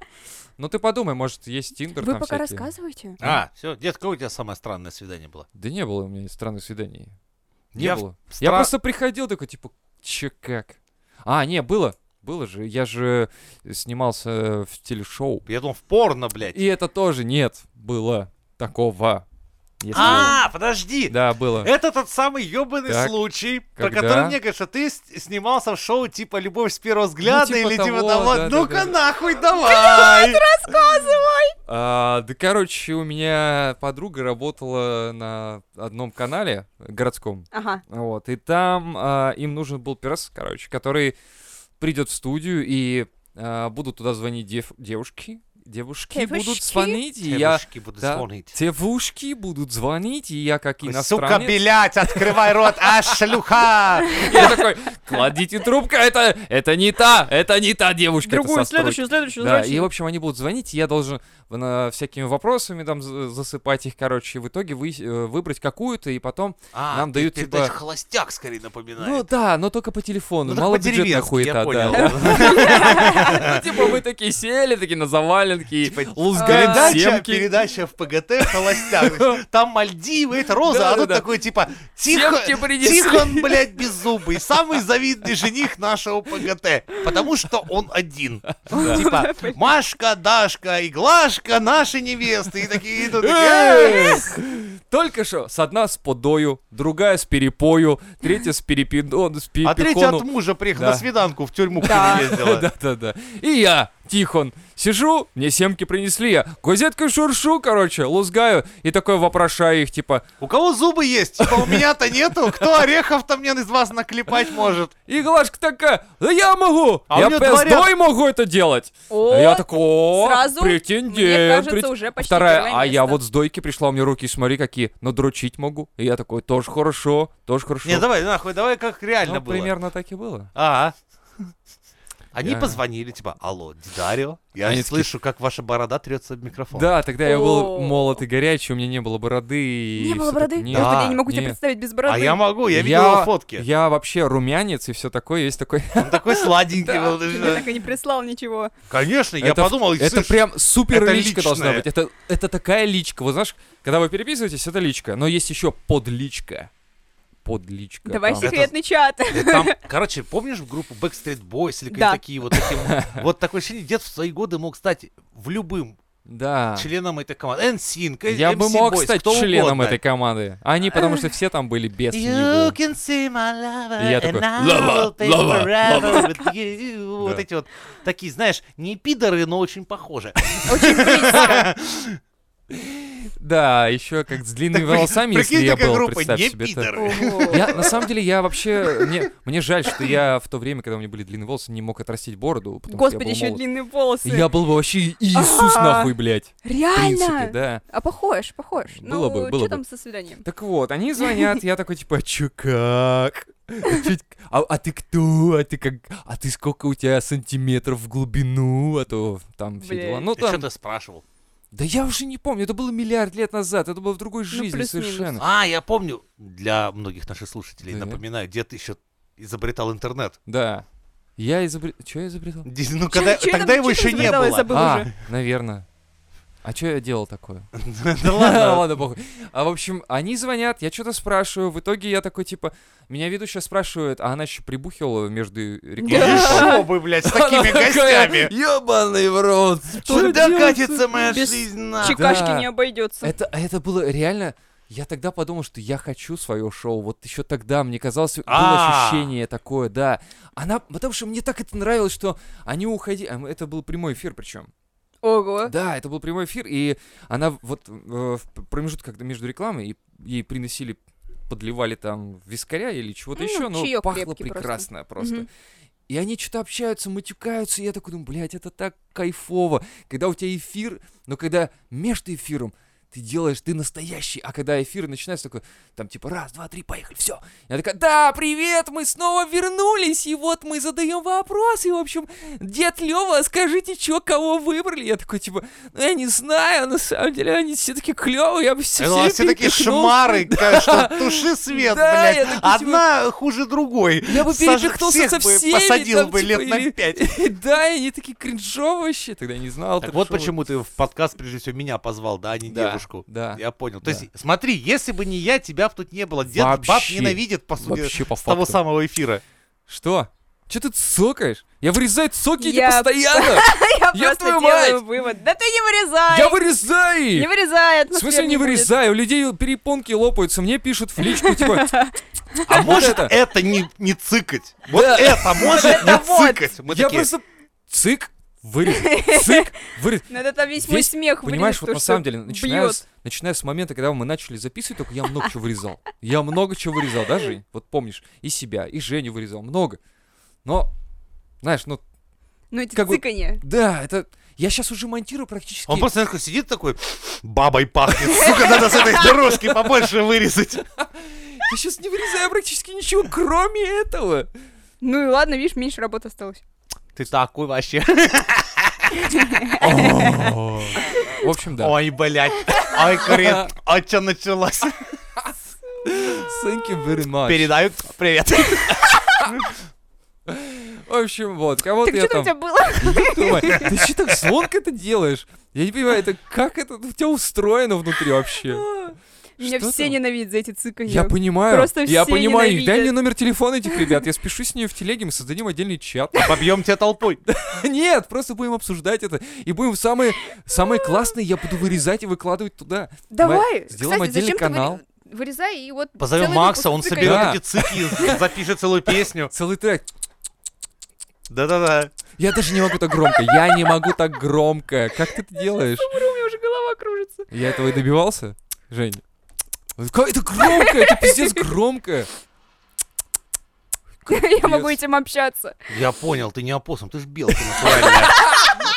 Speaker 1: Ну ты подумай, может, есть Тиндер
Speaker 3: Вы
Speaker 1: там
Speaker 3: пока
Speaker 1: всякие.
Speaker 3: рассказываете?
Speaker 2: А, все, дед, какое у тебя самое странное свидание было?
Speaker 1: Да не было у меня странных свиданий. Не
Speaker 2: Я в-
Speaker 1: было.
Speaker 2: стра-
Speaker 1: Я просто приходил такой, типа, че как? А, не, было. Было же. Я же снимался в телешоу.
Speaker 2: Я думал, в порно, блядь.
Speaker 1: И это тоже нет было такого. Если-
Speaker 2: А, подожди!
Speaker 1: Да, было.
Speaker 2: Это тот самый ёбаный
Speaker 1: Так,
Speaker 2: случай, про
Speaker 1: когда?
Speaker 2: который мне говорят, что ты с- снимался в шоу типа «Любовь с первого взгляда»
Speaker 1: типа
Speaker 2: или типа
Speaker 1: того,
Speaker 2: того.
Speaker 1: да, да,
Speaker 2: Ну-ка
Speaker 1: да.
Speaker 2: нахуй, давай!
Speaker 1: А, да, короче, у меня подруга работала на одном канале городском.
Speaker 3: Ага.
Speaker 1: Вот, и там а, им нужен был пирс, короче, который придет в студию и а, будут туда звонить дев- девушки. Девушки будут
Speaker 3: Девушки?
Speaker 1: звонить, и я...
Speaker 2: Девушки будут
Speaker 1: да.
Speaker 2: звонить.
Speaker 1: Девушки будут звонить, и я как
Speaker 2: Ой, Сука,
Speaker 1: иностранец...
Speaker 2: блядь, открывай рот, а шлюха!
Speaker 1: Я такой, кладите трубку, это, это не та, это не та девушка. это
Speaker 3: Другую,
Speaker 1: со стройки».
Speaker 3: следующую, следующую,
Speaker 1: Да, и, в
Speaker 3: следующую.
Speaker 1: общем, они будут звонить, и я должен в- на- всякими вопросами там за- засыпать их, короче, и в итоге вы, э, выбрать какую-то, и потом...
Speaker 2: А,
Speaker 1: Нам
Speaker 2: ты-
Speaker 1: дают,
Speaker 2: ты
Speaker 1: типа-
Speaker 2: даже холостяк скорее напоминает.
Speaker 1: Ну да, но только по телефону,
Speaker 2: Ну, так
Speaker 1: мало бюджетная
Speaker 2: по-деревенски, я
Speaker 1: хуета,
Speaker 2: понял.
Speaker 1: да. Ну, типа, мы такие сели, такие на заваленке, и
Speaker 2: Типа,
Speaker 1: лузгали
Speaker 2: Передача,
Speaker 1: семки.
Speaker 2: передача в ПГТ холостяк. Там Мальдивы, это Роза, а тут
Speaker 1: Да-да-да.
Speaker 2: такой типа Тихон,
Speaker 1: Семки принесли.
Speaker 2: Тихон, блядь, беззубый, самый завидный жених нашего ПГТ, потому что он один. Типа Машка, Дашка и Глашка наши невесты. И такие идут, такие, «Э,
Speaker 1: Эй! Только что с одна с подою, другая с перепою, третья с перепидон, с
Speaker 2: А третья от
Speaker 1: перепихону.
Speaker 2: мужа приехал
Speaker 1: Да.
Speaker 2: на свиданку в тюрьму
Speaker 3: Да.
Speaker 2: переездила.
Speaker 1: Да-да-да. И я, Тихон, сижу, мне семки принесли, я газеткой шуршу, короче, лузгаю, и такой вопрошаю их, типа,
Speaker 2: У кого зубы есть? Типа у меня-то нету. Кто орехов-то мне из вас наклепать может?
Speaker 1: и Глашка такая, да я могу,
Speaker 2: А у
Speaker 1: я
Speaker 2: меня
Speaker 1: пиздой
Speaker 2: дворяк».
Speaker 1: могу это делать.
Speaker 3: О,
Speaker 1: А я такой, «О,
Speaker 3: сразу,
Speaker 1: претендент.
Speaker 3: мне кажется,
Speaker 1: прет-
Speaker 3: уже почти
Speaker 1: Вторая,
Speaker 3: первое
Speaker 1: а я
Speaker 3: место».
Speaker 1: вот с дойки пришла, у меня руки, смотри, какие, надрочить могу. И я такой, тоже хорошо, тоже хорошо.
Speaker 2: Не, давай, нахуй, давай как
Speaker 1: Ну,
Speaker 2: реально было.
Speaker 1: примерно так и было.
Speaker 2: А. Они
Speaker 1: Я-
Speaker 2: позвонили, типа, алло, Дидарио, я
Speaker 1: Они такие-
Speaker 2: слышу, как ваша борода трется об микрофон.
Speaker 1: Да, тогда я был
Speaker 3: О.
Speaker 1: молод и горячий, у меня не было бороды. и
Speaker 3: Не было
Speaker 1: всё
Speaker 3: бороды?
Speaker 1: такое. Нет.
Speaker 3: Господи, я не могу
Speaker 1: не.
Speaker 3: тебя представить без бороды.
Speaker 2: А я могу, я видел его фотки.
Speaker 1: Я вообще румянец и все такое, есть такой.
Speaker 2: Он такой сладенький был.
Speaker 3: Ты мне так и не прислал ничего.
Speaker 2: Конечно, я
Speaker 1: Это-
Speaker 2: подумал,
Speaker 1: Это
Speaker 2: слышь,
Speaker 1: прям супер
Speaker 2: это
Speaker 1: личка должна
Speaker 2: личное.
Speaker 1: быть. Это, это такая личка. Вот знаешь, когда вы переписываетесь, это личка. Но есть еще подличка. Подличка.
Speaker 3: Давай
Speaker 1: там.
Speaker 3: секретный чат.
Speaker 2: да там, короче, помнишь группу Backstreet Boys или какие
Speaker 3: Да.
Speaker 2: такие вот такие? вот- Вот такое ощущение, дед в свои годы мог стать в любым
Speaker 1: Да.
Speaker 2: членом этой команды. NSYNC,
Speaker 1: А. Я бы
Speaker 2: MC
Speaker 1: мог
Speaker 2: Boys,
Speaker 1: стать
Speaker 2: кто
Speaker 1: членом
Speaker 2: угодно.
Speaker 1: этой команды. Они, потому что все там были без него.
Speaker 2: You can see my lover,
Speaker 1: И я
Speaker 2: and
Speaker 1: такой,
Speaker 2: I
Speaker 1: «Лава,
Speaker 2: will be
Speaker 1: лава,
Speaker 2: forever with you». Вот
Speaker 1: Да.
Speaker 2: эти
Speaker 1: Ну,
Speaker 2: вот такие, знаешь, не пидоры, но очень похожи.
Speaker 3: Очень близко.
Speaker 1: Да, еще как с длинными
Speaker 2: Так,
Speaker 1: волосами, если
Speaker 2: Прикинь,
Speaker 1: я
Speaker 2: такая
Speaker 1: был,
Speaker 2: группа,
Speaker 1: представь
Speaker 2: не
Speaker 1: себе это.
Speaker 2: пидоры.
Speaker 3: Ого.
Speaker 1: Я, на самом деле, я вообще... Мне, мне жаль, что я в то время, когда у меня были длинные волосы, не мог отрастить бороду. потому что я
Speaker 3: Господи,
Speaker 1: был
Speaker 3: еще
Speaker 1: молод.
Speaker 3: длинные волосы.
Speaker 1: Я был бы вообще Иисус
Speaker 3: Ага.
Speaker 1: нахуй, блять. В принципе,
Speaker 3: Реально?
Speaker 1: да.
Speaker 3: А похож, похож.
Speaker 1: Было бы,
Speaker 3: ну,
Speaker 1: было
Speaker 3: что
Speaker 1: бы.
Speaker 3: там со свиданием?
Speaker 1: Так вот, они звонят, я такой, типа, а чё, как? А чё- А, а ты кто? А ты как? А ты сколько у тебя сантиметров в глубину? А то там все
Speaker 3: Блядь.
Speaker 1: дела. Ну,
Speaker 2: Ты что
Speaker 1: там...
Speaker 2: ты спрашивал?
Speaker 1: Да я уже не помню, это было миллиард лет назад, это было в другой жизни
Speaker 3: Ну, плюс-минус.
Speaker 1: совершенно.
Speaker 2: А, я помню. Для многих наших слушателей,
Speaker 1: Да.
Speaker 2: напоминаю, дед еще изобретал интернет.
Speaker 1: Да. Я изобретал... Чё я изобретал?
Speaker 2: Ди- Ну,
Speaker 3: Чё-
Speaker 2: когда,
Speaker 3: чё я
Speaker 2: тогда
Speaker 3: там-
Speaker 2: его
Speaker 3: чё я
Speaker 2: еще не
Speaker 3: изобретала, я
Speaker 2: было.
Speaker 3: забыла
Speaker 1: а,
Speaker 3: уже.
Speaker 1: наверное. А что я делал такое?
Speaker 2: Да ладно.
Speaker 1: Ладно, похуй. А в общем, они звонят, я что-то спрашиваю. В итоге я такой, типа, меня ведущая спрашивает, а она еще прибухивала между рекламой.
Speaker 2: Еще бы, блядь, с такими гостями.
Speaker 1: Ебаный в рот. что
Speaker 2: Куда
Speaker 1: делать?
Speaker 2: катится моя
Speaker 3: Без
Speaker 2: жизнь на?
Speaker 3: Чекашки
Speaker 1: А, да.
Speaker 3: не обойдется.
Speaker 1: Это, это было реально... Я тогда подумал, что я хочу свое шоу. Вот еще тогда мне казалось, было
Speaker 2: А.
Speaker 1: ощущение такое, да. Она, потому что мне так это нравилось, что они уходили. а мы- Это был прямой эфир, причем.
Speaker 3: Ого.
Speaker 1: Да, это был прямой эфир, и она вот э, в промежутке когда между рекламой и- ей приносили, подливали там вискаря или чего-то
Speaker 3: Ну,
Speaker 1: еще, но
Speaker 3: чаёк
Speaker 1: пахло
Speaker 3: крепкий просто.
Speaker 1: прекрасно просто.
Speaker 3: Мгм.
Speaker 1: И они что-то общаются, матюкаются, и я такой думаю, блядь, это так кайфово, когда у тебя эфир, но когда между эфиром ты делаешь, ты настоящий, а когда эфир начинается такой, там типа раз, два, три, поехали, все. Я такая, да, привет, мы снова вернулись, и вот мы задаем вопросы, в общем, дед Лева, скажите, чё, кого выбрали? Я такой, типа, ну я не знаю, на самом деле они все таки клевые, я бы все,
Speaker 2: Это у вас а все такие шмары, как- что туши свет,
Speaker 1: Да, я
Speaker 2: блядь.
Speaker 1: такой, типа,
Speaker 2: Одна хуже другой.
Speaker 1: Я бы
Speaker 2: Сажен
Speaker 1: перепихнулся
Speaker 2: всех
Speaker 1: со
Speaker 2: бы
Speaker 1: всеми.
Speaker 2: посадил
Speaker 1: там,
Speaker 2: бы
Speaker 1: типа,
Speaker 2: лет на
Speaker 1: или-
Speaker 2: пять.
Speaker 1: Да, и они такие кринжовые, тогда не знал.
Speaker 2: Так
Speaker 1: так
Speaker 2: вот
Speaker 1: шо вы.
Speaker 2: почему ты в подкаст, прежде всего, меня позвал, да, а не
Speaker 1: Да,
Speaker 2: девушку.
Speaker 1: Да.
Speaker 2: Я понял. То
Speaker 1: Да.
Speaker 2: есть, смотри, если бы не я, тебя б тут не было. Дед баб
Speaker 1: Вообще.
Speaker 2: ненавидит, по сути,
Speaker 1: Вообще по
Speaker 2: с того
Speaker 1: факту.
Speaker 2: самого эфира.
Speaker 1: Что? Че ты цокаешь? Я вырезаю цоки эти
Speaker 3: Я-
Speaker 1: постоянно.
Speaker 3: Я
Speaker 1: Ёб
Speaker 3: просто
Speaker 1: твою
Speaker 3: делаю
Speaker 1: мать!
Speaker 3: вывод. Да ты не вырезай!
Speaker 1: Я вырезаю
Speaker 3: Не
Speaker 1: их.
Speaker 3: вырезай,
Speaker 1: В смысле не
Speaker 3: вырезай?
Speaker 1: вырезаю? У людей перепонки лопаются, мне пишут в личку, типа...
Speaker 2: А
Speaker 1: Вот
Speaker 2: может
Speaker 1: это.
Speaker 2: это не, не цыкать? Вот
Speaker 1: Да.
Speaker 2: это может
Speaker 3: это вот.
Speaker 2: не цыкать? Мы
Speaker 1: Я
Speaker 2: такие,
Speaker 1: просто... Цик, вырезал. Цик, вырезал.
Speaker 3: Надо Ну, там весь мой
Speaker 1: Весь,
Speaker 3: смех вырезать,
Speaker 1: Понимаешь, вот
Speaker 3: потому
Speaker 1: на
Speaker 3: что
Speaker 1: самом деле, начиная
Speaker 3: бьёт.
Speaker 1: с, начиная с момента, когда мы начали записывать, только я много чего вырезал. Я много чего вырезал, да, Жень? Вот помнишь, и себя, и Женю вырезал, много. Но, знаешь, ну,
Speaker 3: Ну эти
Speaker 1: как бы-
Speaker 3: цыканье.
Speaker 1: да, это... Я сейчас уже монтирую практически...
Speaker 2: Он просто наверное, сидит такой, бабой пахнет, сука, надо с этой дорожки побольше вырезать.
Speaker 1: Я сейчас не вырезаю практически ничего, кроме этого.
Speaker 3: Ну и ладно, видишь, меньше работы осталось.
Speaker 2: Ты такой вообще.
Speaker 1: В общем, да.
Speaker 2: Ой, блядь. Ой, крет. А что началось?
Speaker 1: Thank you very much.
Speaker 2: Передаю привет.
Speaker 1: В общем, вот, кого-то
Speaker 3: Так
Speaker 1: я
Speaker 3: что там
Speaker 1: там...
Speaker 3: у тебя было?
Speaker 1: Думаю, ты что так звонко это делаешь? Я не понимаю, это как это у тебя устроено внутри вообще?
Speaker 3: Меня
Speaker 1: Что
Speaker 3: все
Speaker 1: там?
Speaker 3: ненавидят за эти цыканья.
Speaker 1: Я понимаю.
Speaker 3: Просто
Speaker 1: я
Speaker 3: все
Speaker 1: понимаю. Дай мне
Speaker 3: ненавидят.
Speaker 1: номер телефона этих ребят. Я спешу с ней в телеге, мы создадим отдельный чат.
Speaker 2: Побьем тебя толпой.
Speaker 1: Нет, просто будем обсуждать это. И будем самые, самые классные я буду вырезать и выкладывать туда.
Speaker 3: Давай.
Speaker 1: сделаем
Speaker 3: Кстати,
Speaker 1: отдельный
Speaker 3: зачем ты выре-
Speaker 1: канал.
Speaker 3: Вырезай и вот...
Speaker 2: Позовем
Speaker 3: целый
Speaker 2: Макса, он
Speaker 3: выпуск цыканья.
Speaker 1: соберёт.
Speaker 2: соберет эти цыки, запишет целую песню.
Speaker 1: Целый трек.
Speaker 2: Да-да-да.
Speaker 1: Я даже не могу так громко. Я не могу так громко. Как ты это делаешь?
Speaker 3: Умру, у меня уже голова кружится.
Speaker 1: Я этого и добивался, Жень. Как это громко? Это пиздец громко.
Speaker 3: Я могу этим общаться.
Speaker 2: Я понял, ты не опоссум, ты ж белка натуральная.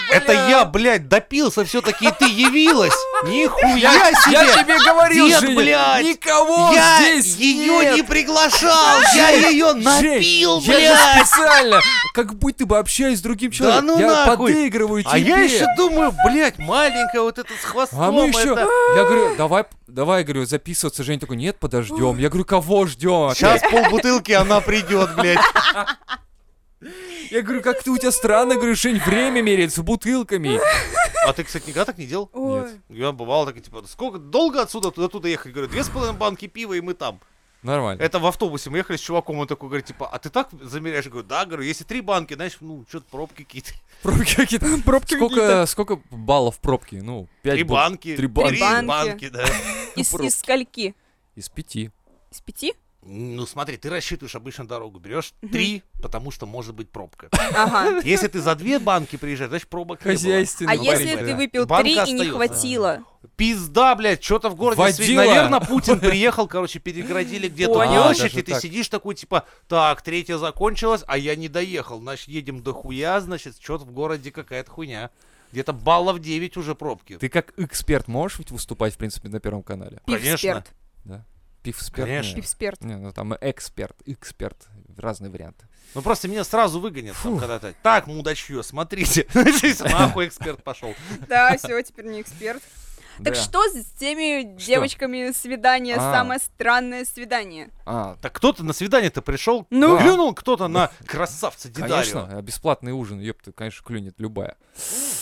Speaker 2: Это я, блядь, допился все-таки, и ты явилась. Нихуя
Speaker 1: Я
Speaker 2: себе!
Speaker 1: тебе говорил,
Speaker 2: Нет,
Speaker 1: Женя,
Speaker 2: блядь!
Speaker 1: никого
Speaker 2: Я
Speaker 1: здесь
Speaker 2: ее
Speaker 1: нет.
Speaker 2: не приглашал, я ее напил,
Speaker 1: Жень, Я же
Speaker 2: блядь!
Speaker 1: специально, как будто бы общаюсь с другим человеком.
Speaker 2: ну
Speaker 1: я
Speaker 2: нахуй.
Speaker 1: подыгрываю тебе.
Speaker 2: А я еще думаю, блядь, маленькая вот эта с
Speaker 1: А мы
Speaker 2: хвостом.
Speaker 1: еще...
Speaker 2: это-
Speaker 1: Я говорю, давай, давай, говорю, записываться. Жень такой, нет, подождем. Я говорю, кого ждем?
Speaker 2: Сейчас полбутылки она придет, блядь.
Speaker 1: Я говорю, как ты у тебя странно, говорю, Жень, время меряется бутылками.
Speaker 2: А ты, кстати, никогда так не делал?
Speaker 1: ну
Speaker 3: Ой.
Speaker 2: Я бывал так, типа, сколько, долго отсюда туда туда ехать? Говорю, две с половиной банки пива, и мы там.
Speaker 1: Нормально.
Speaker 2: Это в автобусе мы ехали с чуваком, он такой говорит, типа, а ты так замеряешь? Я говорю, да, говорю, если три банки, знаешь, ну, что-то пробки какие-то.
Speaker 1: Пробки какие-то. Сколько, сколько баллов пробки? Ну, пять
Speaker 2: Три
Speaker 1: бу-
Speaker 2: банки.
Speaker 1: Три банки.
Speaker 2: банки, да.
Speaker 3: Из
Speaker 1: Просто.
Speaker 3: из скольки?
Speaker 1: Из пяти.
Speaker 3: Из пяти?
Speaker 2: Ну смотри, ты рассчитываешь обычно дорогу, берешь три, потому что может быть пробка.
Speaker 3: Ага.
Speaker 2: Если ты за две банки приезжаешь, значит пробок не было.
Speaker 1: Хозяйственный
Speaker 3: А
Speaker 1: Ну,
Speaker 3: если
Speaker 1: парень,
Speaker 3: ты
Speaker 1: да.
Speaker 3: выпил
Speaker 2: Банка
Speaker 3: три и не
Speaker 2: остаётся.
Speaker 3: хватило?
Speaker 2: Пизда, блядь, что-то в городе.
Speaker 1: Водила.
Speaker 2: свет- Наверное, Путин приехал, короче, переградили где-то
Speaker 3: Понял.
Speaker 1: А,
Speaker 2: площадь,
Speaker 1: даже
Speaker 2: и ты
Speaker 1: так.
Speaker 2: сидишь такой, типа, так, третья закончилась, а я не доехал, значит, едем до хуя, значит, что-то в городе какая-то хуйня. Где-то баллов 9 уже пробки.
Speaker 1: Ты как эксперт можешь ведь выступать, в принципе, на Первом канале?
Speaker 2: Конечно.
Speaker 3: Пивсперт.
Speaker 1: Пивсперт?
Speaker 2: Конечно.
Speaker 1: нет.
Speaker 3: Пивсперт.
Speaker 1: Не, ну там эксперт, эксперт, разные варианты.
Speaker 2: Ну просто меня сразу выгонят там
Speaker 1: Фу.
Speaker 2: когда-то. Так, мудачье, смотрите. Нахуй эксперт пошел.
Speaker 3: Да, все, теперь не эксперт.
Speaker 1: Да.
Speaker 3: Так что с теми
Speaker 1: Что?
Speaker 3: девочками свидание,
Speaker 1: А.
Speaker 3: самое странное свидание?
Speaker 1: А,
Speaker 2: Так кто-то на свидание-то пришел.
Speaker 3: Ну?
Speaker 2: Глянул кто-то на красавца Дидарио.
Speaker 1: конечно, э, бесплатный ужин, ёпта, конечно, клюнет любая.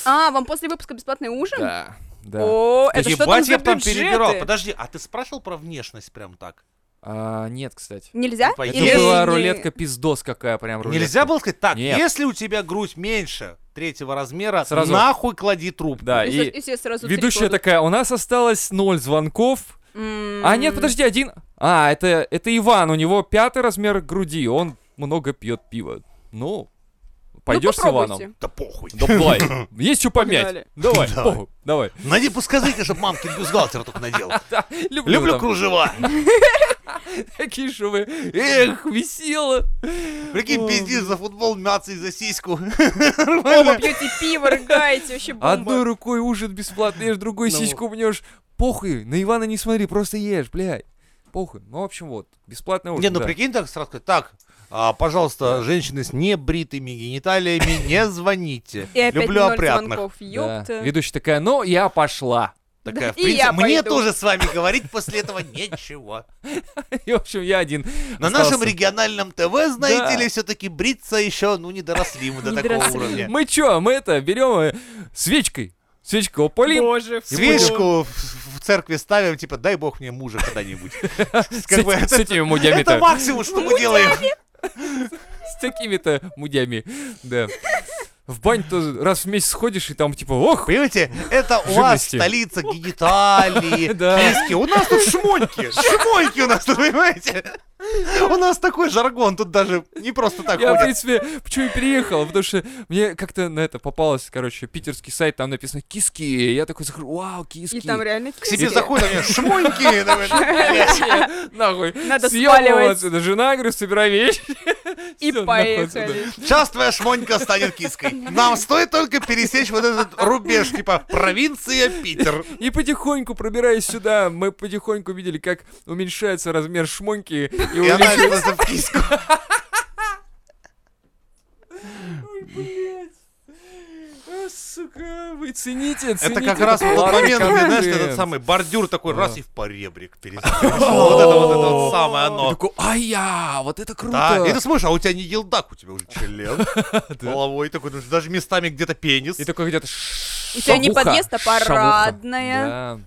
Speaker 3: А, вам после выпуска бесплатный ужин?
Speaker 1: Да, да.
Speaker 3: О,
Speaker 2: Да
Speaker 3: это что там
Speaker 2: ебать,
Speaker 3: за
Speaker 2: я б там
Speaker 3: бюджеты?
Speaker 2: перебирал. Подожди, а ты спрашивал про внешность прям так?
Speaker 1: А, нет, кстати.
Speaker 3: Нельзя? Ну,
Speaker 2: Это
Speaker 1: Это
Speaker 2: Если-
Speaker 1: была рулетка пиздос какая прям рулетка.
Speaker 2: Нельзя было сказать, так,
Speaker 1: Нет.
Speaker 2: если у тебя грудь меньше третьего размера,
Speaker 1: Сразу.
Speaker 2: нахуй клади трубку.
Speaker 1: Да,
Speaker 3: Если-
Speaker 1: и
Speaker 3: если я сразу три
Speaker 1: ведущая
Speaker 3: кладу.
Speaker 1: такая, у нас осталось ноль звонков.
Speaker 3: М,
Speaker 1: А нет, подожди, один... А, это, это Иван, у него пятый размер груди, он много пьет пива. Ну, пойдешь с
Speaker 3: попробуйте.
Speaker 1: Иваном?
Speaker 2: Да похуй.
Speaker 1: Давай, есть что помять.
Speaker 3: Погнали.
Speaker 1: Давай,
Speaker 2: Давай.
Speaker 1: похуй, давай.
Speaker 2: Найди, подскажите, чтобы мамкин бюстгальтер только надел. Люблю
Speaker 1: там
Speaker 2: кружева.
Speaker 1: Такие же вы. Эх, весело.
Speaker 2: Прикинь, пиздишь за футбол, мяться и за сиську.
Speaker 3: Оба пьете пиво, рыгаете, вообще
Speaker 1: Одной
Speaker 3: бомба.
Speaker 1: рукой ужин бесплатный, ешь, другой
Speaker 2: Ну.
Speaker 1: сиську мнешь. Похуй, на Ивана не смотри, просто ешь, блядь. Похуй. Ну, в общем, вот, бесплатный ужин.
Speaker 2: Не, ну
Speaker 1: да.
Speaker 2: прикинь, так сразу сказать, так, а, пожалуйста, женщины с небритыми гениталиями, не звоните.
Speaker 3: И опять
Speaker 2: Люблю
Speaker 3: ноль
Speaker 2: опрятных.
Speaker 3: звонков,
Speaker 1: Да.
Speaker 3: ёпта.
Speaker 1: Ведущая такая, ну, я пошла.
Speaker 2: Такая, в
Speaker 3: И я
Speaker 2: принципе, мне
Speaker 3: пойду.
Speaker 2: тоже с вами говорить после этого нечего.
Speaker 1: И, в общем, я один.
Speaker 2: На
Speaker 1: остался.
Speaker 2: нашем региональном ТВ, знаете
Speaker 1: Да.
Speaker 2: ли, все-таки бриться еще, ну, не доросли мы до
Speaker 3: Не
Speaker 2: такого
Speaker 3: доросли.
Speaker 2: уровня.
Speaker 1: Мы чё, мы это, берем э, свечкой. Свечку опалим.
Speaker 3: Боже, фу.
Speaker 2: Свечку в в церкви ставим, типа, дай бог мне мужа когда-нибудь.
Speaker 1: С,
Speaker 2: Как бы
Speaker 1: эти- с
Speaker 2: это-
Speaker 1: этими мудями
Speaker 2: Это максимум, что мы делаем.
Speaker 1: С такими-то мудями. Да. В бань-то раз в месяц сходишь, и там типа, ох,
Speaker 2: Понимаете, это у вас
Speaker 1: Живости.
Speaker 2: столица гениталии,
Speaker 1: Да.
Speaker 2: киски. У нас тут шмоньки. Шмоньки у нас тут, понимаете? У нас такой жаргон, тут даже не просто так
Speaker 1: Я, в
Speaker 2: ходят.
Speaker 1: принципе, почему и переехал, потому что мне как-то на это попалось, короче, питерский сайт, там написано «киски», и я такой захожу, вау, киски.
Speaker 3: И там реально
Speaker 2: К себе
Speaker 3: киски.
Speaker 2: заходят, они, шмоньки. Давай, блядь.
Speaker 1: Нахуй.
Speaker 3: Надо
Speaker 1: съёбываться,
Speaker 3: сваливать.
Speaker 1: да, Жена, говорю, собирай вещи.
Speaker 3: И
Speaker 1: Всё, нахуй
Speaker 3: поехали.
Speaker 2: Сейчас твоя шмонька станет киской. Нам стоит только пересечь вот этот рубеж, типа провинция Питер.
Speaker 1: И потихоньку, пробираясь сюда, мы потихоньку видели, как уменьшается размер шмоньки. И
Speaker 2: И она
Speaker 1: увеличивается-
Speaker 2: просто в киску.
Speaker 1: А, сука, вы цените, цените.
Speaker 2: Это как раз
Speaker 1: этот
Speaker 2: тот
Speaker 1: подарок,
Speaker 2: момент, где, знаешь,
Speaker 1: контент.
Speaker 2: этот самый бордюр такой
Speaker 1: Да.
Speaker 2: раз и в поребрик пересекаешь. Вот это вот это вот самое
Speaker 1: Ты
Speaker 2: оно.
Speaker 1: такой, ай-я, вот это
Speaker 2: Да, и ты
Speaker 1: круто.
Speaker 2: смотришь, а у тебя не елдак, у тебя уже член половой такой, ну, даже местами где-то пенис.
Speaker 1: И такой где-то
Speaker 3: У тебя не
Speaker 1: шавуха,
Speaker 3: подъезд, а
Speaker 1: шавуха.
Speaker 3: парадная.
Speaker 1: Да.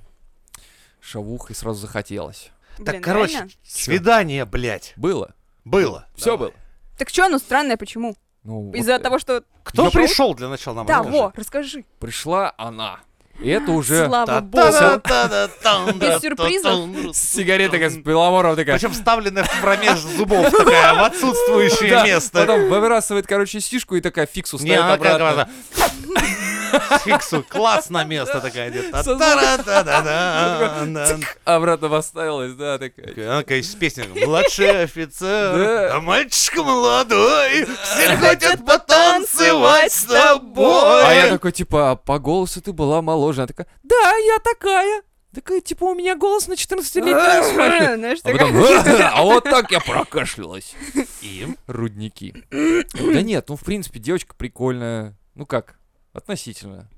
Speaker 1: Шавуха, и сразу захотелось.
Speaker 3: Блин,
Speaker 2: Так, короче,
Speaker 3: реально?
Speaker 2: свидание, блядь,
Speaker 1: Было.
Speaker 2: было.
Speaker 1: Все
Speaker 2: Давай.
Speaker 1: было.
Speaker 3: Так что оно странное, почему?
Speaker 1: Ну,
Speaker 3: Из-за
Speaker 1: вот, э,
Speaker 3: того, что...
Speaker 2: Кто
Speaker 1: Я
Speaker 2: пришел для начала нам
Speaker 3: Да,
Speaker 2: расскажи.
Speaker 3: во, расскажи.
Speaker 1: Пришла она. И это уже...
Speaker 3: Слава богу.
Speaker 2: Та-та-та-та-там,
Speaker 3: Без сюрпризов?
Speaker 2: та-та-там.
Speaker 1: Сигарета такая с Беломором такая.
Speaker 2: Причем вставленная в промеж зубов такая, в отсутствующее
Speaker 1: Да,
Speaker 2: место.
Speaker 1: Потом выбрасывает, короче, сишку и такая фиксу
Speaker 2: Не,
Speaker 1: ставит
Speaker 2: она как
Speaker 1: обратно.
Speaker 2: раз- Фиксу, класс на место такая идет.
Speaker 1: Со звуком.
Speaker 2: Та-та-ра-та-да-да-да.
Speaker 1: Обратно поставилась, да, такая.
Speaker 2: Она, конечно, с песней «Младший офицер,
Speaker 1: Да.
Speaker 2: а мальчик молодой, все хотят потанцевать с тобой».
Speaker 1: А я такой, типа, «А по голосу ты была моложе. Она такая, да, я такая. Такая, типа, у меня голос на 14-летнего спрашивает.
Speaker 3: Знаешь,
Speaker 1: А
Speaker 3: такая-
Speaker 1: потом, «А, а вот так я прокашлялась.
Speaker 2: И?
Speaker 1: Рудники. Да нет, ну, в принципе, девочка прикольная. Ну как, относительно.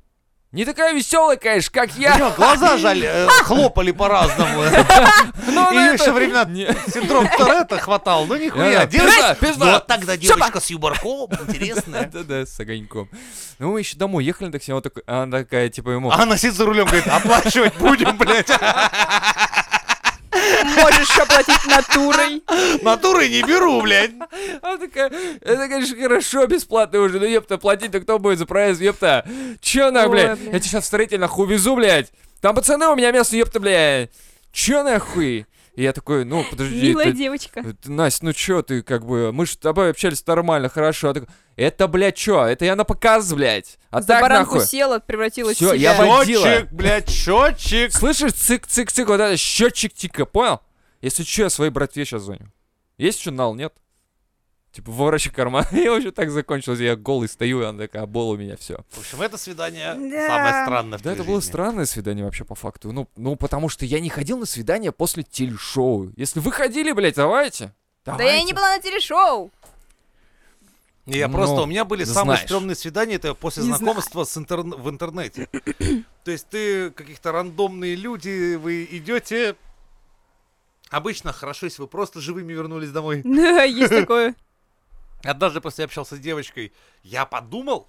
Speaker 1: Не такая веселая, конечно, как
Speaker 2: У
Speaker 1: я.
Speaker 2: неё глаза жаль, э, хлопали по-разному.
Speaker 1: Но она
Speaker 2: Ее
Speaker 1: Ну, это-
Speaker 2: еще времена
Speaker 1: Не.
Speaker 2: синдром Торетта хватал, ну нихуя.
Speaker 1: Да,
Speaker 2: Девочка,
Speaker 1: пизда, пизда.
Speaker 2: вот тогда
Speaker 1: Щёпа.
Speaker 2: девочка с юбарком, интересная.
Speaker 1: Да-да, с огоньком. Ну, мы еще домой ехали на такси, а он такой- а она такая, типа, ему...
Speaker 2: А она сидит за рулем, говорит, оплачивать будем, блядь.
Speaker 3: Можешь оплатить натурой.
Speaker 2: Натуры не беру, блядь.
Speaker 1: Она такая, это, конечно, хорошо, бесплатно уже, ну, ёпта, платить-то кто будет за проезд, ёпта? Чё нах,
Speaker 3: Ой,
Speaker 1: блядь?
Speaker 3: блядь.
Speaker 1: Я тебя сейчас строительно увезу, блядь. Там пацаны у меня место, ёпта, блядь. Чё нахуй? И я такой, ну, подожди,
Speaker 3: Милая
Speaker 1: ты-
Speaker 3: девочка.
Speaker 1: Э, ты, Настя, ну чё ты, как бы, мы же с тобой общались нормально, хорошо. А ты- Это, блядь, чё? Это я на показ, блядь. А
Speaker 3: За
Speaker 1: так
Speaker 3: баранку
Speaker 1: нахуй.
Speaker 3: села, превратилась
Speaker 1: Всё,
Speaker 3: в
Speaker 1: я
Speaker 3: себя.
Speaker 1: во- водила.
Speaker 2: Счетчик, блядь, счетчик.
Speaker 1: Слышишь, цик-цик-цик, вот это счетчик тика, понял? Если чё, я своей братве сейчас звоню. Есть что, нал, нет? Типа, ворочи карман. И вообще так закончилось. Я голый стою, и она такая, обола меня, все.
Speaker 2: В общем, это свидание
Speaker 3: Да.
Speaker 2: самое странное в
Speaker 1: Да,
Speaker 2: твоей
Speaker 1: это было
Speaker 2: жизни.
Speaker 1: странное свидание вообще по факту. Ну, ну, потому что я не ходил на свидание после телешоу. Если вы ходили, блядь, давайте.
Speaker 3: Да я и не
Speaker 1: Давайте.
Speaker 3: была на телешоу.
Speaker 2: Я
Speaker 1: Ну,
Speaker 2: просто, у меня были самые
Speaker 1: знаешь.
Speaker 2: стрёмные свидания, это после
Speaker 3: Не
Speaker 2: знакомства с интерн- в интернете. То есть ты, каких-то рандомные люди, вы идете. Обычно хорошо, если вы просто живыми вернулись домой.
Speaker 3: Да, Есть такое.
Speaker 2: Однажды просто я общался с девочкой, я подумал,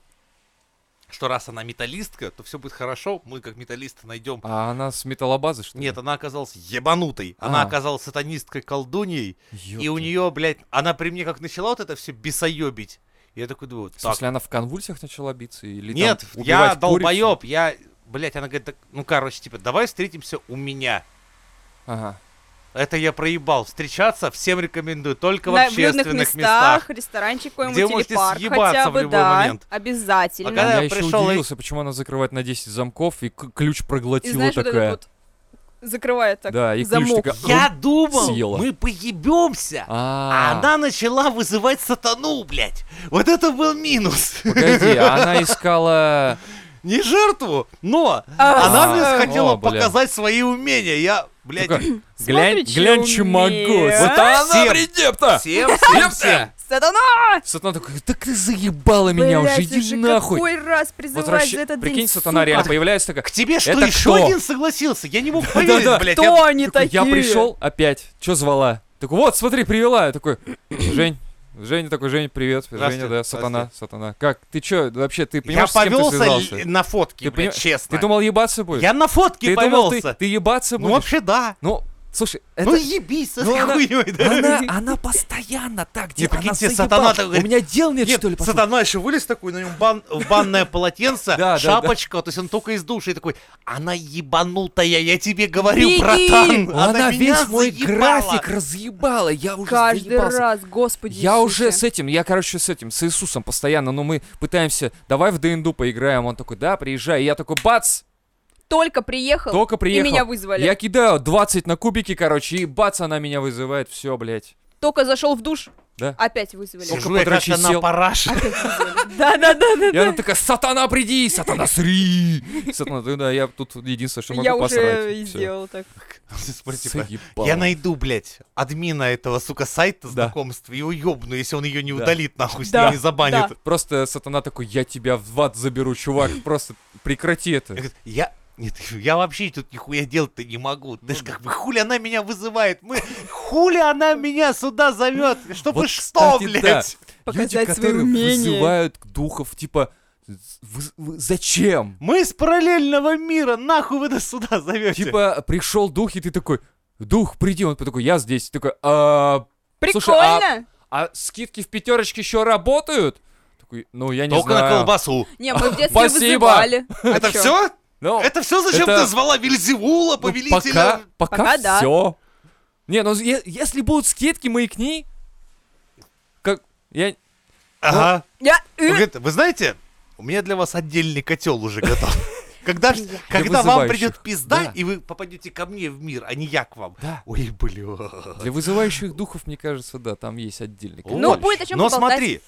Speaker 2: что раз она металлистка, то все будет хорошо, мы как металлисты найдем.
Speaker 1: А она с металлобазы, что ли?
Speaker 2: Нет, она оказалась ебанутой. Она
Speaker 1: А.
Speaker 2: оказалась сатанисткой колдуньей.
Speaker 1: Ёпта.
Speaker 2: И у нее, блядь, она при мне как начала вот это все бесоебить. Я такой думаю,
Speaker 1: В
Speaker 2: так,
Speaker 1: смысле, она в конвульсиях начала биться? Или
Speaker 2: Нет,
Speaker 1: там
Speaker 2: я
Speaker 1: убивать курицу?
Speaker 2: долбоеб, я. Блять, она говорит, «Так, ну короче, типа, давай встретимся у меня.
Speaker 1: Ага.
Speaker 2: Это я проебал. Встречаться всем рекомендую, только в
Speaker 3: На
Speaker 2: общественных
Speaker 3: людных
Speaker 2: местах.
Speaker 3: местах, ресторанчик
Speaker 2: Где
Speaker 3: какой-нибудь
Speaker 2: можете
Speaker 3: или парк
Speaker 2: съебаться
Speaker 3: хотя
Speaker 2: в
Speaker 3: бы,
Speaker 2: любой
Speaker 3: да,
Speaker 2: момент.
Speaker 3: обязательно.
Speaker 2: А когда
Speaker 1: я
Speaker 2: я
Speaker 1: еще
Speaker 2: пришел и-
Speaker 1: удивился, почему она закрывает на 10 замков и к- ключ
Speaker 3: И
Speaker 1: проглотила
Speaker 3: знаешь, вот
Speaker 1: такая.
Speaker 3: этот вот закрывает так
Speaker 1: да, и ключ
Speaker 3: замок.
Speaker 1: такая.
Speaker 2: Я
Speaker 1: «Ру».
Speaker 2: думал,
Speaker 1: съела.
Speaker 2: мы поебемся. А
Speaker 1: А,
Speaker 2: она начала вызывать сатану, блядь. Вот это был минус.
Speaker 1: Погоди, а она искала...
Speaker 2: Не жертву, но
Speaker 3: А,
Speaker 2: она
Speaker 1: а,
Speaker 2: мне хотела
Speaker 1: о, бля.
Speaker 2: показать свои умения. Я, блядь,
Speaker 1: Такая,
Speaker 3: Смотри,
Speaker 1: Глянь,
Speaker 3: чё
Speaker 1: глянь, чё могу.
Speaker 3: умею, а?
Speaker 1: Вот она
Speaker 2: Всем.
Speaker 1: придепта!
Speaker 2: всем, всем,
Speaker 1: Ёпта!
Speaker 2: всем.
Speaker 3: Сатана!
Speaker 1: Сатана такой, так ты заебала меня уже,
Speaker 3: Блядь,
Speaker 1: иди
Speaker 3: уже
Speaker 1: нахуй.
Speaker 3: какой раз призываешь
Speaker 1: вообще,
Speaker 3: за этот
Speaker 1: прикинь,
Speaker 3: день,
Speaker 1: сатана
Speaker 3: сука.
Speaker 1: реально появляется такая.
Speaker 2: К тебе что,
Speaker 1: Это
Speaker 2: еще
Speaker 1: кто?
Speaker 2: один согласился? Я не мог
Speaker 1: Да-да.
Speaker 2: поверить, блядь. я-
Speaker 3: Кто они
Speaker 1: Такой, Я
Speaker 3: такие?
Speaker 1: пришел опять. Чё звала? Такой, вот, смотри, привела. Я такой, Жень. Женя такой, Жень, привет. Женя,
Speaker 2: Здравствуйте,
Speaker 1: да, сатана, сатана. Как? Ты чё, вообще, ты
Speaker 2: Я
Speaker 1: понимаешь, с кем ты
Speaker 2: повелся
Speaker 1: связался?
Speaker 2: л- на фотке,
Speaker 1: Ты
Speaker 2: блядь,
Speaker 1: поним-
Speaker 2: честно.
Speaker 1: Ты думал, ебаться будешь?
Speaker 2: Я на фотке
Speaker 1: ты думал,
Speaker 2: повелся.
Speaker 1: ты, ты ебаться
Speaker 2: Ну,
Speaker 1: будешь?
Speaker 2: вообще, да.
Speaker 1: Ну, слушай, это...
Speaker 2: Ну, ебись, со
Speaker 1: Ну, она-
Speaker 2: хуйней, да.
Speaker 1: она, она постоянно так делает.
Speaker 2: прикинь,
Speaker 1: она
Speaker 2: тебе
Speaker 1: заебала.
Speaker 2: сатана такой
Speaker 1: У
Speaker 2: говорит,
Speaker 1: меня дел нет,
Speaker 2: Нет,
Speaker 1: что ли, пошёл?»
Speaker 2: сатана еще вылез такой, на нем бан- банное полотенце,
Speaker 1: Да, да,
Speaker 2: шапочка, то есть он только из души и такой, она ебанутая, я тебе говорю,
Speaker 3: Беги!»
Speaker 2: братан,
Speaker 1: Она,
Speaker 2: меня
Speaker 1: весь мой
Speaker 2: заебала.
Speaker 1: график разъебала. Я уже
Speaker 3: Каждый
Speaker 1: заебался.
Speaker 3: раз, господи
Speaker 1: Я уже с
Speaker 3: Иисусе.
Speaker 1: этим, я, короче, с этим, с Иисусом постоянно, но мы пытаемся, давай в ДНД поиграем. Он такой, да, приезжай. И я такой, бац,
Speaker 3: Только приехал,
Speaker 1: только
Speaker 3: и
Speaker 1: приехал.
Speaker 3: меня вызвали.
Speaker 1: Я кидаю 20 на кубики, короче, и бац, она меня вызывает. Все, блядь.
Speaker 3: Только зашел в душ,
Speaker 1: Да.
Speaker 3: опять вызвали.
Speaker 1: Только
Speaker 2: Сижу я
Speaker 1: подрочи
Speaker 2: как-то на
Speaker 1: сел.
Speaker 2: параше.
Speaker 3: Да-да-да-да.
Speaker 1: И она такая, сатана, приди, сатана, сри. Сатана, ты, да, я тут единственное, что могу
Speaker 3: Я
Speaker 1: посрать.
Speaker 3: уже и
Speaker 1: Всё.
Speaker 3: сделал так.
Speaker 2: Смотри, типа,
Speaker 1: Заебал.
Speaker 2: Я найду, блядь, админа этого, сука, сайта
Speaker 1: Да.
Speaker 2: знакомства и уебну, если он ее не
Speaker 1: Да.
Speaker 2: удалит, нахуй, с
Speaker 3: Да,
Speaker 2: ней не забанит.
Speaker 3: да.
Speaker 1: Просто сатана такой, я тебя в ад заберу, чувак, просто прекрати это.
Speaker 2: Я, говорю, я... Нет, я вообще тут нихуя делать-то не
Speaker 1: Ну
Speaker 2: могу. Ты ж как бы хули она меня вызывает. Мы... Хули она меня сюда зовет. Чтобы
Speaker 1: Вот,
Speaker 2: что,
Speaker 1: кстати, да.
Speaker 2: блядь?
Speaker 3: Показать
Speaker 1: Люди,
Speaker 3: свои
Speaker 1: которые
Speaker 3: умения.
Speaker 1: вызывают духов, типа, «Вы- вы- зачем?
Speaker 2: Мы из параллельного мира. Нахуй вы нас сюда зовете?
Speaker 1: Типа, пришел дух, и ты такой, дух, приди. Он такой, я здесь. Ты такой, а, Слушай, а-
Speaker 3: Прикольно!
Speaker 1: а скидки в пятерочке еще работают? Такой, ну, я не
Speaker 2: Только на
Speaker 1: знаю.
Speaker 2: колбасу.
Speaker 3: Не, мы в детстве
Speaker 1: Спасибо.
Speaker 3: вызывали. А
Speaker 2: Это
Speaker 3: чё?
Speaker 2: все?
Speaker 1: Ну,
Speaker 2: Это все? Зачем
Speaker 1: это-
Speaker 2: ты звала Вильзевула,
Speaker 1: ну,
Speaker 2: повелителя?
Speaker 1: пока, пока,
Speaker 3: Пока да.
Speaker 1: все. Не, ну, е- если будут скидки, маякни. Как, я...
Speaker 2: Ага.
Speaker 3: Я-
Speaker 2: Он
Speaker 3: э,
Speaker 2: говорит, вы знаете, у меня для вас отдельный котел уже готов. Когда, ж-
Speaker 3: Бля.
Speaker 2: когда вам придет
Speaker 1: вызывающих,
Speaker 2: пизда,
Speaker 1: да.
Speaker 2: и вы попадете ко мне в мир, а не я к вам.
Speaker 1: Да.
Speaker 2: Ой, бля.
Speaker 1: Для вызывающих духов, мне кажется, да, там есть отдельный.
Speaker 2: Вот.
Speaker 3: Ну, будет о чем
Speaker 2: Но
Speaker 3: поболтать.
Speaker 2: смотри,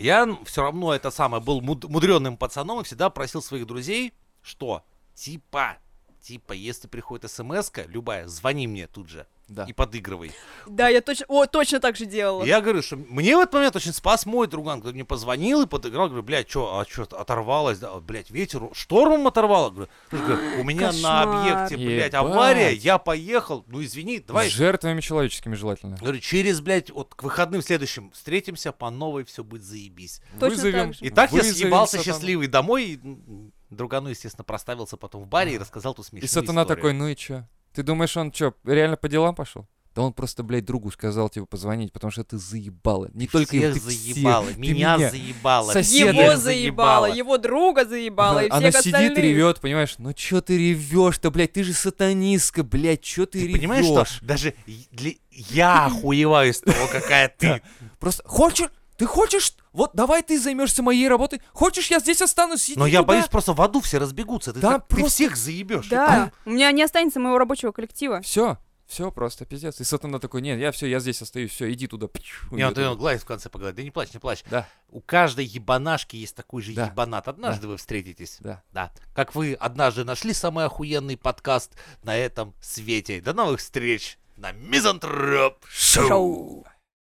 Speaker 2: я все равно это самое был муд- мудреным пацаном и всегда просил своих друзей, что типа, типа, если приходит смс любая, звони мне тут же
Speaker 1: Да.
Speaker 2: и подыгрывай.
Speaker 3: Да, я точно, о, точно так же делала.
Speaker 2: И я говорю, что мне в этот момент очень спас мой друган, когда мне позвонил и подыграл, говорю, блядь, что, а что, оторвалось, да, блядь, ветер, шторм оторвало, говорю, «Слушай, говорю, у меня
Speaker 3: Кошмар.
Speaker 2: на объекте, блядь,
Speaker 1: Ебать.
Speaker 2: авария, я поехал, ну извини, давай,
Speaker 1: С жертвами человеческими желательно.
Speaker 2: говорю, через, блядь, вот к выходным следующим встретимся, по новой все будет заебись.
Speaker 3: Точно
Speaker 1: Вызовем.
Speaker 3: так же.
Speaker 2: И так я
Speaker 1: вызовем
Speaker 2: съебался
Speaker 1: сатану.
Speaker 2: счастливый домой. и, м, Другану, естественно, проставился потом в баре и рассказал ту
Speaker 1: И
Speaker 2: смешную
Speaker 1: сатана
Speaker 2: историю.
Speaker 1: такой, ну и чё? Ты думаешь, он чё, реально по делам пошел? Да он просто, блядь, другу сказал тебе позвонить, потому что ты заебала. Не только его,
Speaker 2: Всех
Speaker 1: ты
Speaker 2: заебала,
Speaker 1: всех. Ты
Speaker 2: меня, заебала,
Speaker 1: соседа
Speaker 2: тебя
Speaker 3: Его
Speaker 1: Деда
Speaker 3: заебало, его друга заебало, и
Speaker 1: Она, она
Speaker 3: всех
Speaker 1: сидит
Speaker 3: остальных.
Speaker 1: ревет, понимаешь? Ну чё ты ревешь-то, блядь? Ты же сатанистка, блядь, чё ты,
Speaker 2: Ты
Speaker 1: ревешь?
Speaker 2: понимаешь, что даже и- для... я охуеваю с того, какая ты.
Speaker 1: Просто хочешь? Ты хочешь? Вот давай ты займешься моей работой. Хочешь, я здесь останусь? Сиди
Speaker 2: Но я
Speaker 1: туда.
Speaker 2: боюсь, просто в аду все разбегутся. Ты,
Speaker 1: Да,
Speaker 2: так- ты
Speaker 1: просто-
Speaker 2: всех заебешь.
Speaker 3: Да, у меня не останется моего рабочего коллектива.
Speaker 1: Все, все просто пиздец. И сатана такой, нет, я все, я здесь остаюсь, все, иди туда. Пчу,
Speaker 2: Не, он,
Speaker 1: уйдет.
Speaker 2: он глаз в конце погладит. Да не плачь, не плачь.
Speaker 1: Да.
Speaker 2: У каждой ебанашки есть такой же
Speaker 1: Да.
Speaker 2: ебанат. Однажды вы встретитесь.
Speaker 1: Да.
Speaker 2: Да. Как вы однажды нашли самый охуенный подкаст на этом свете. До новых встреч на Мизантроп Шоу.
Speaker 3: Шоу.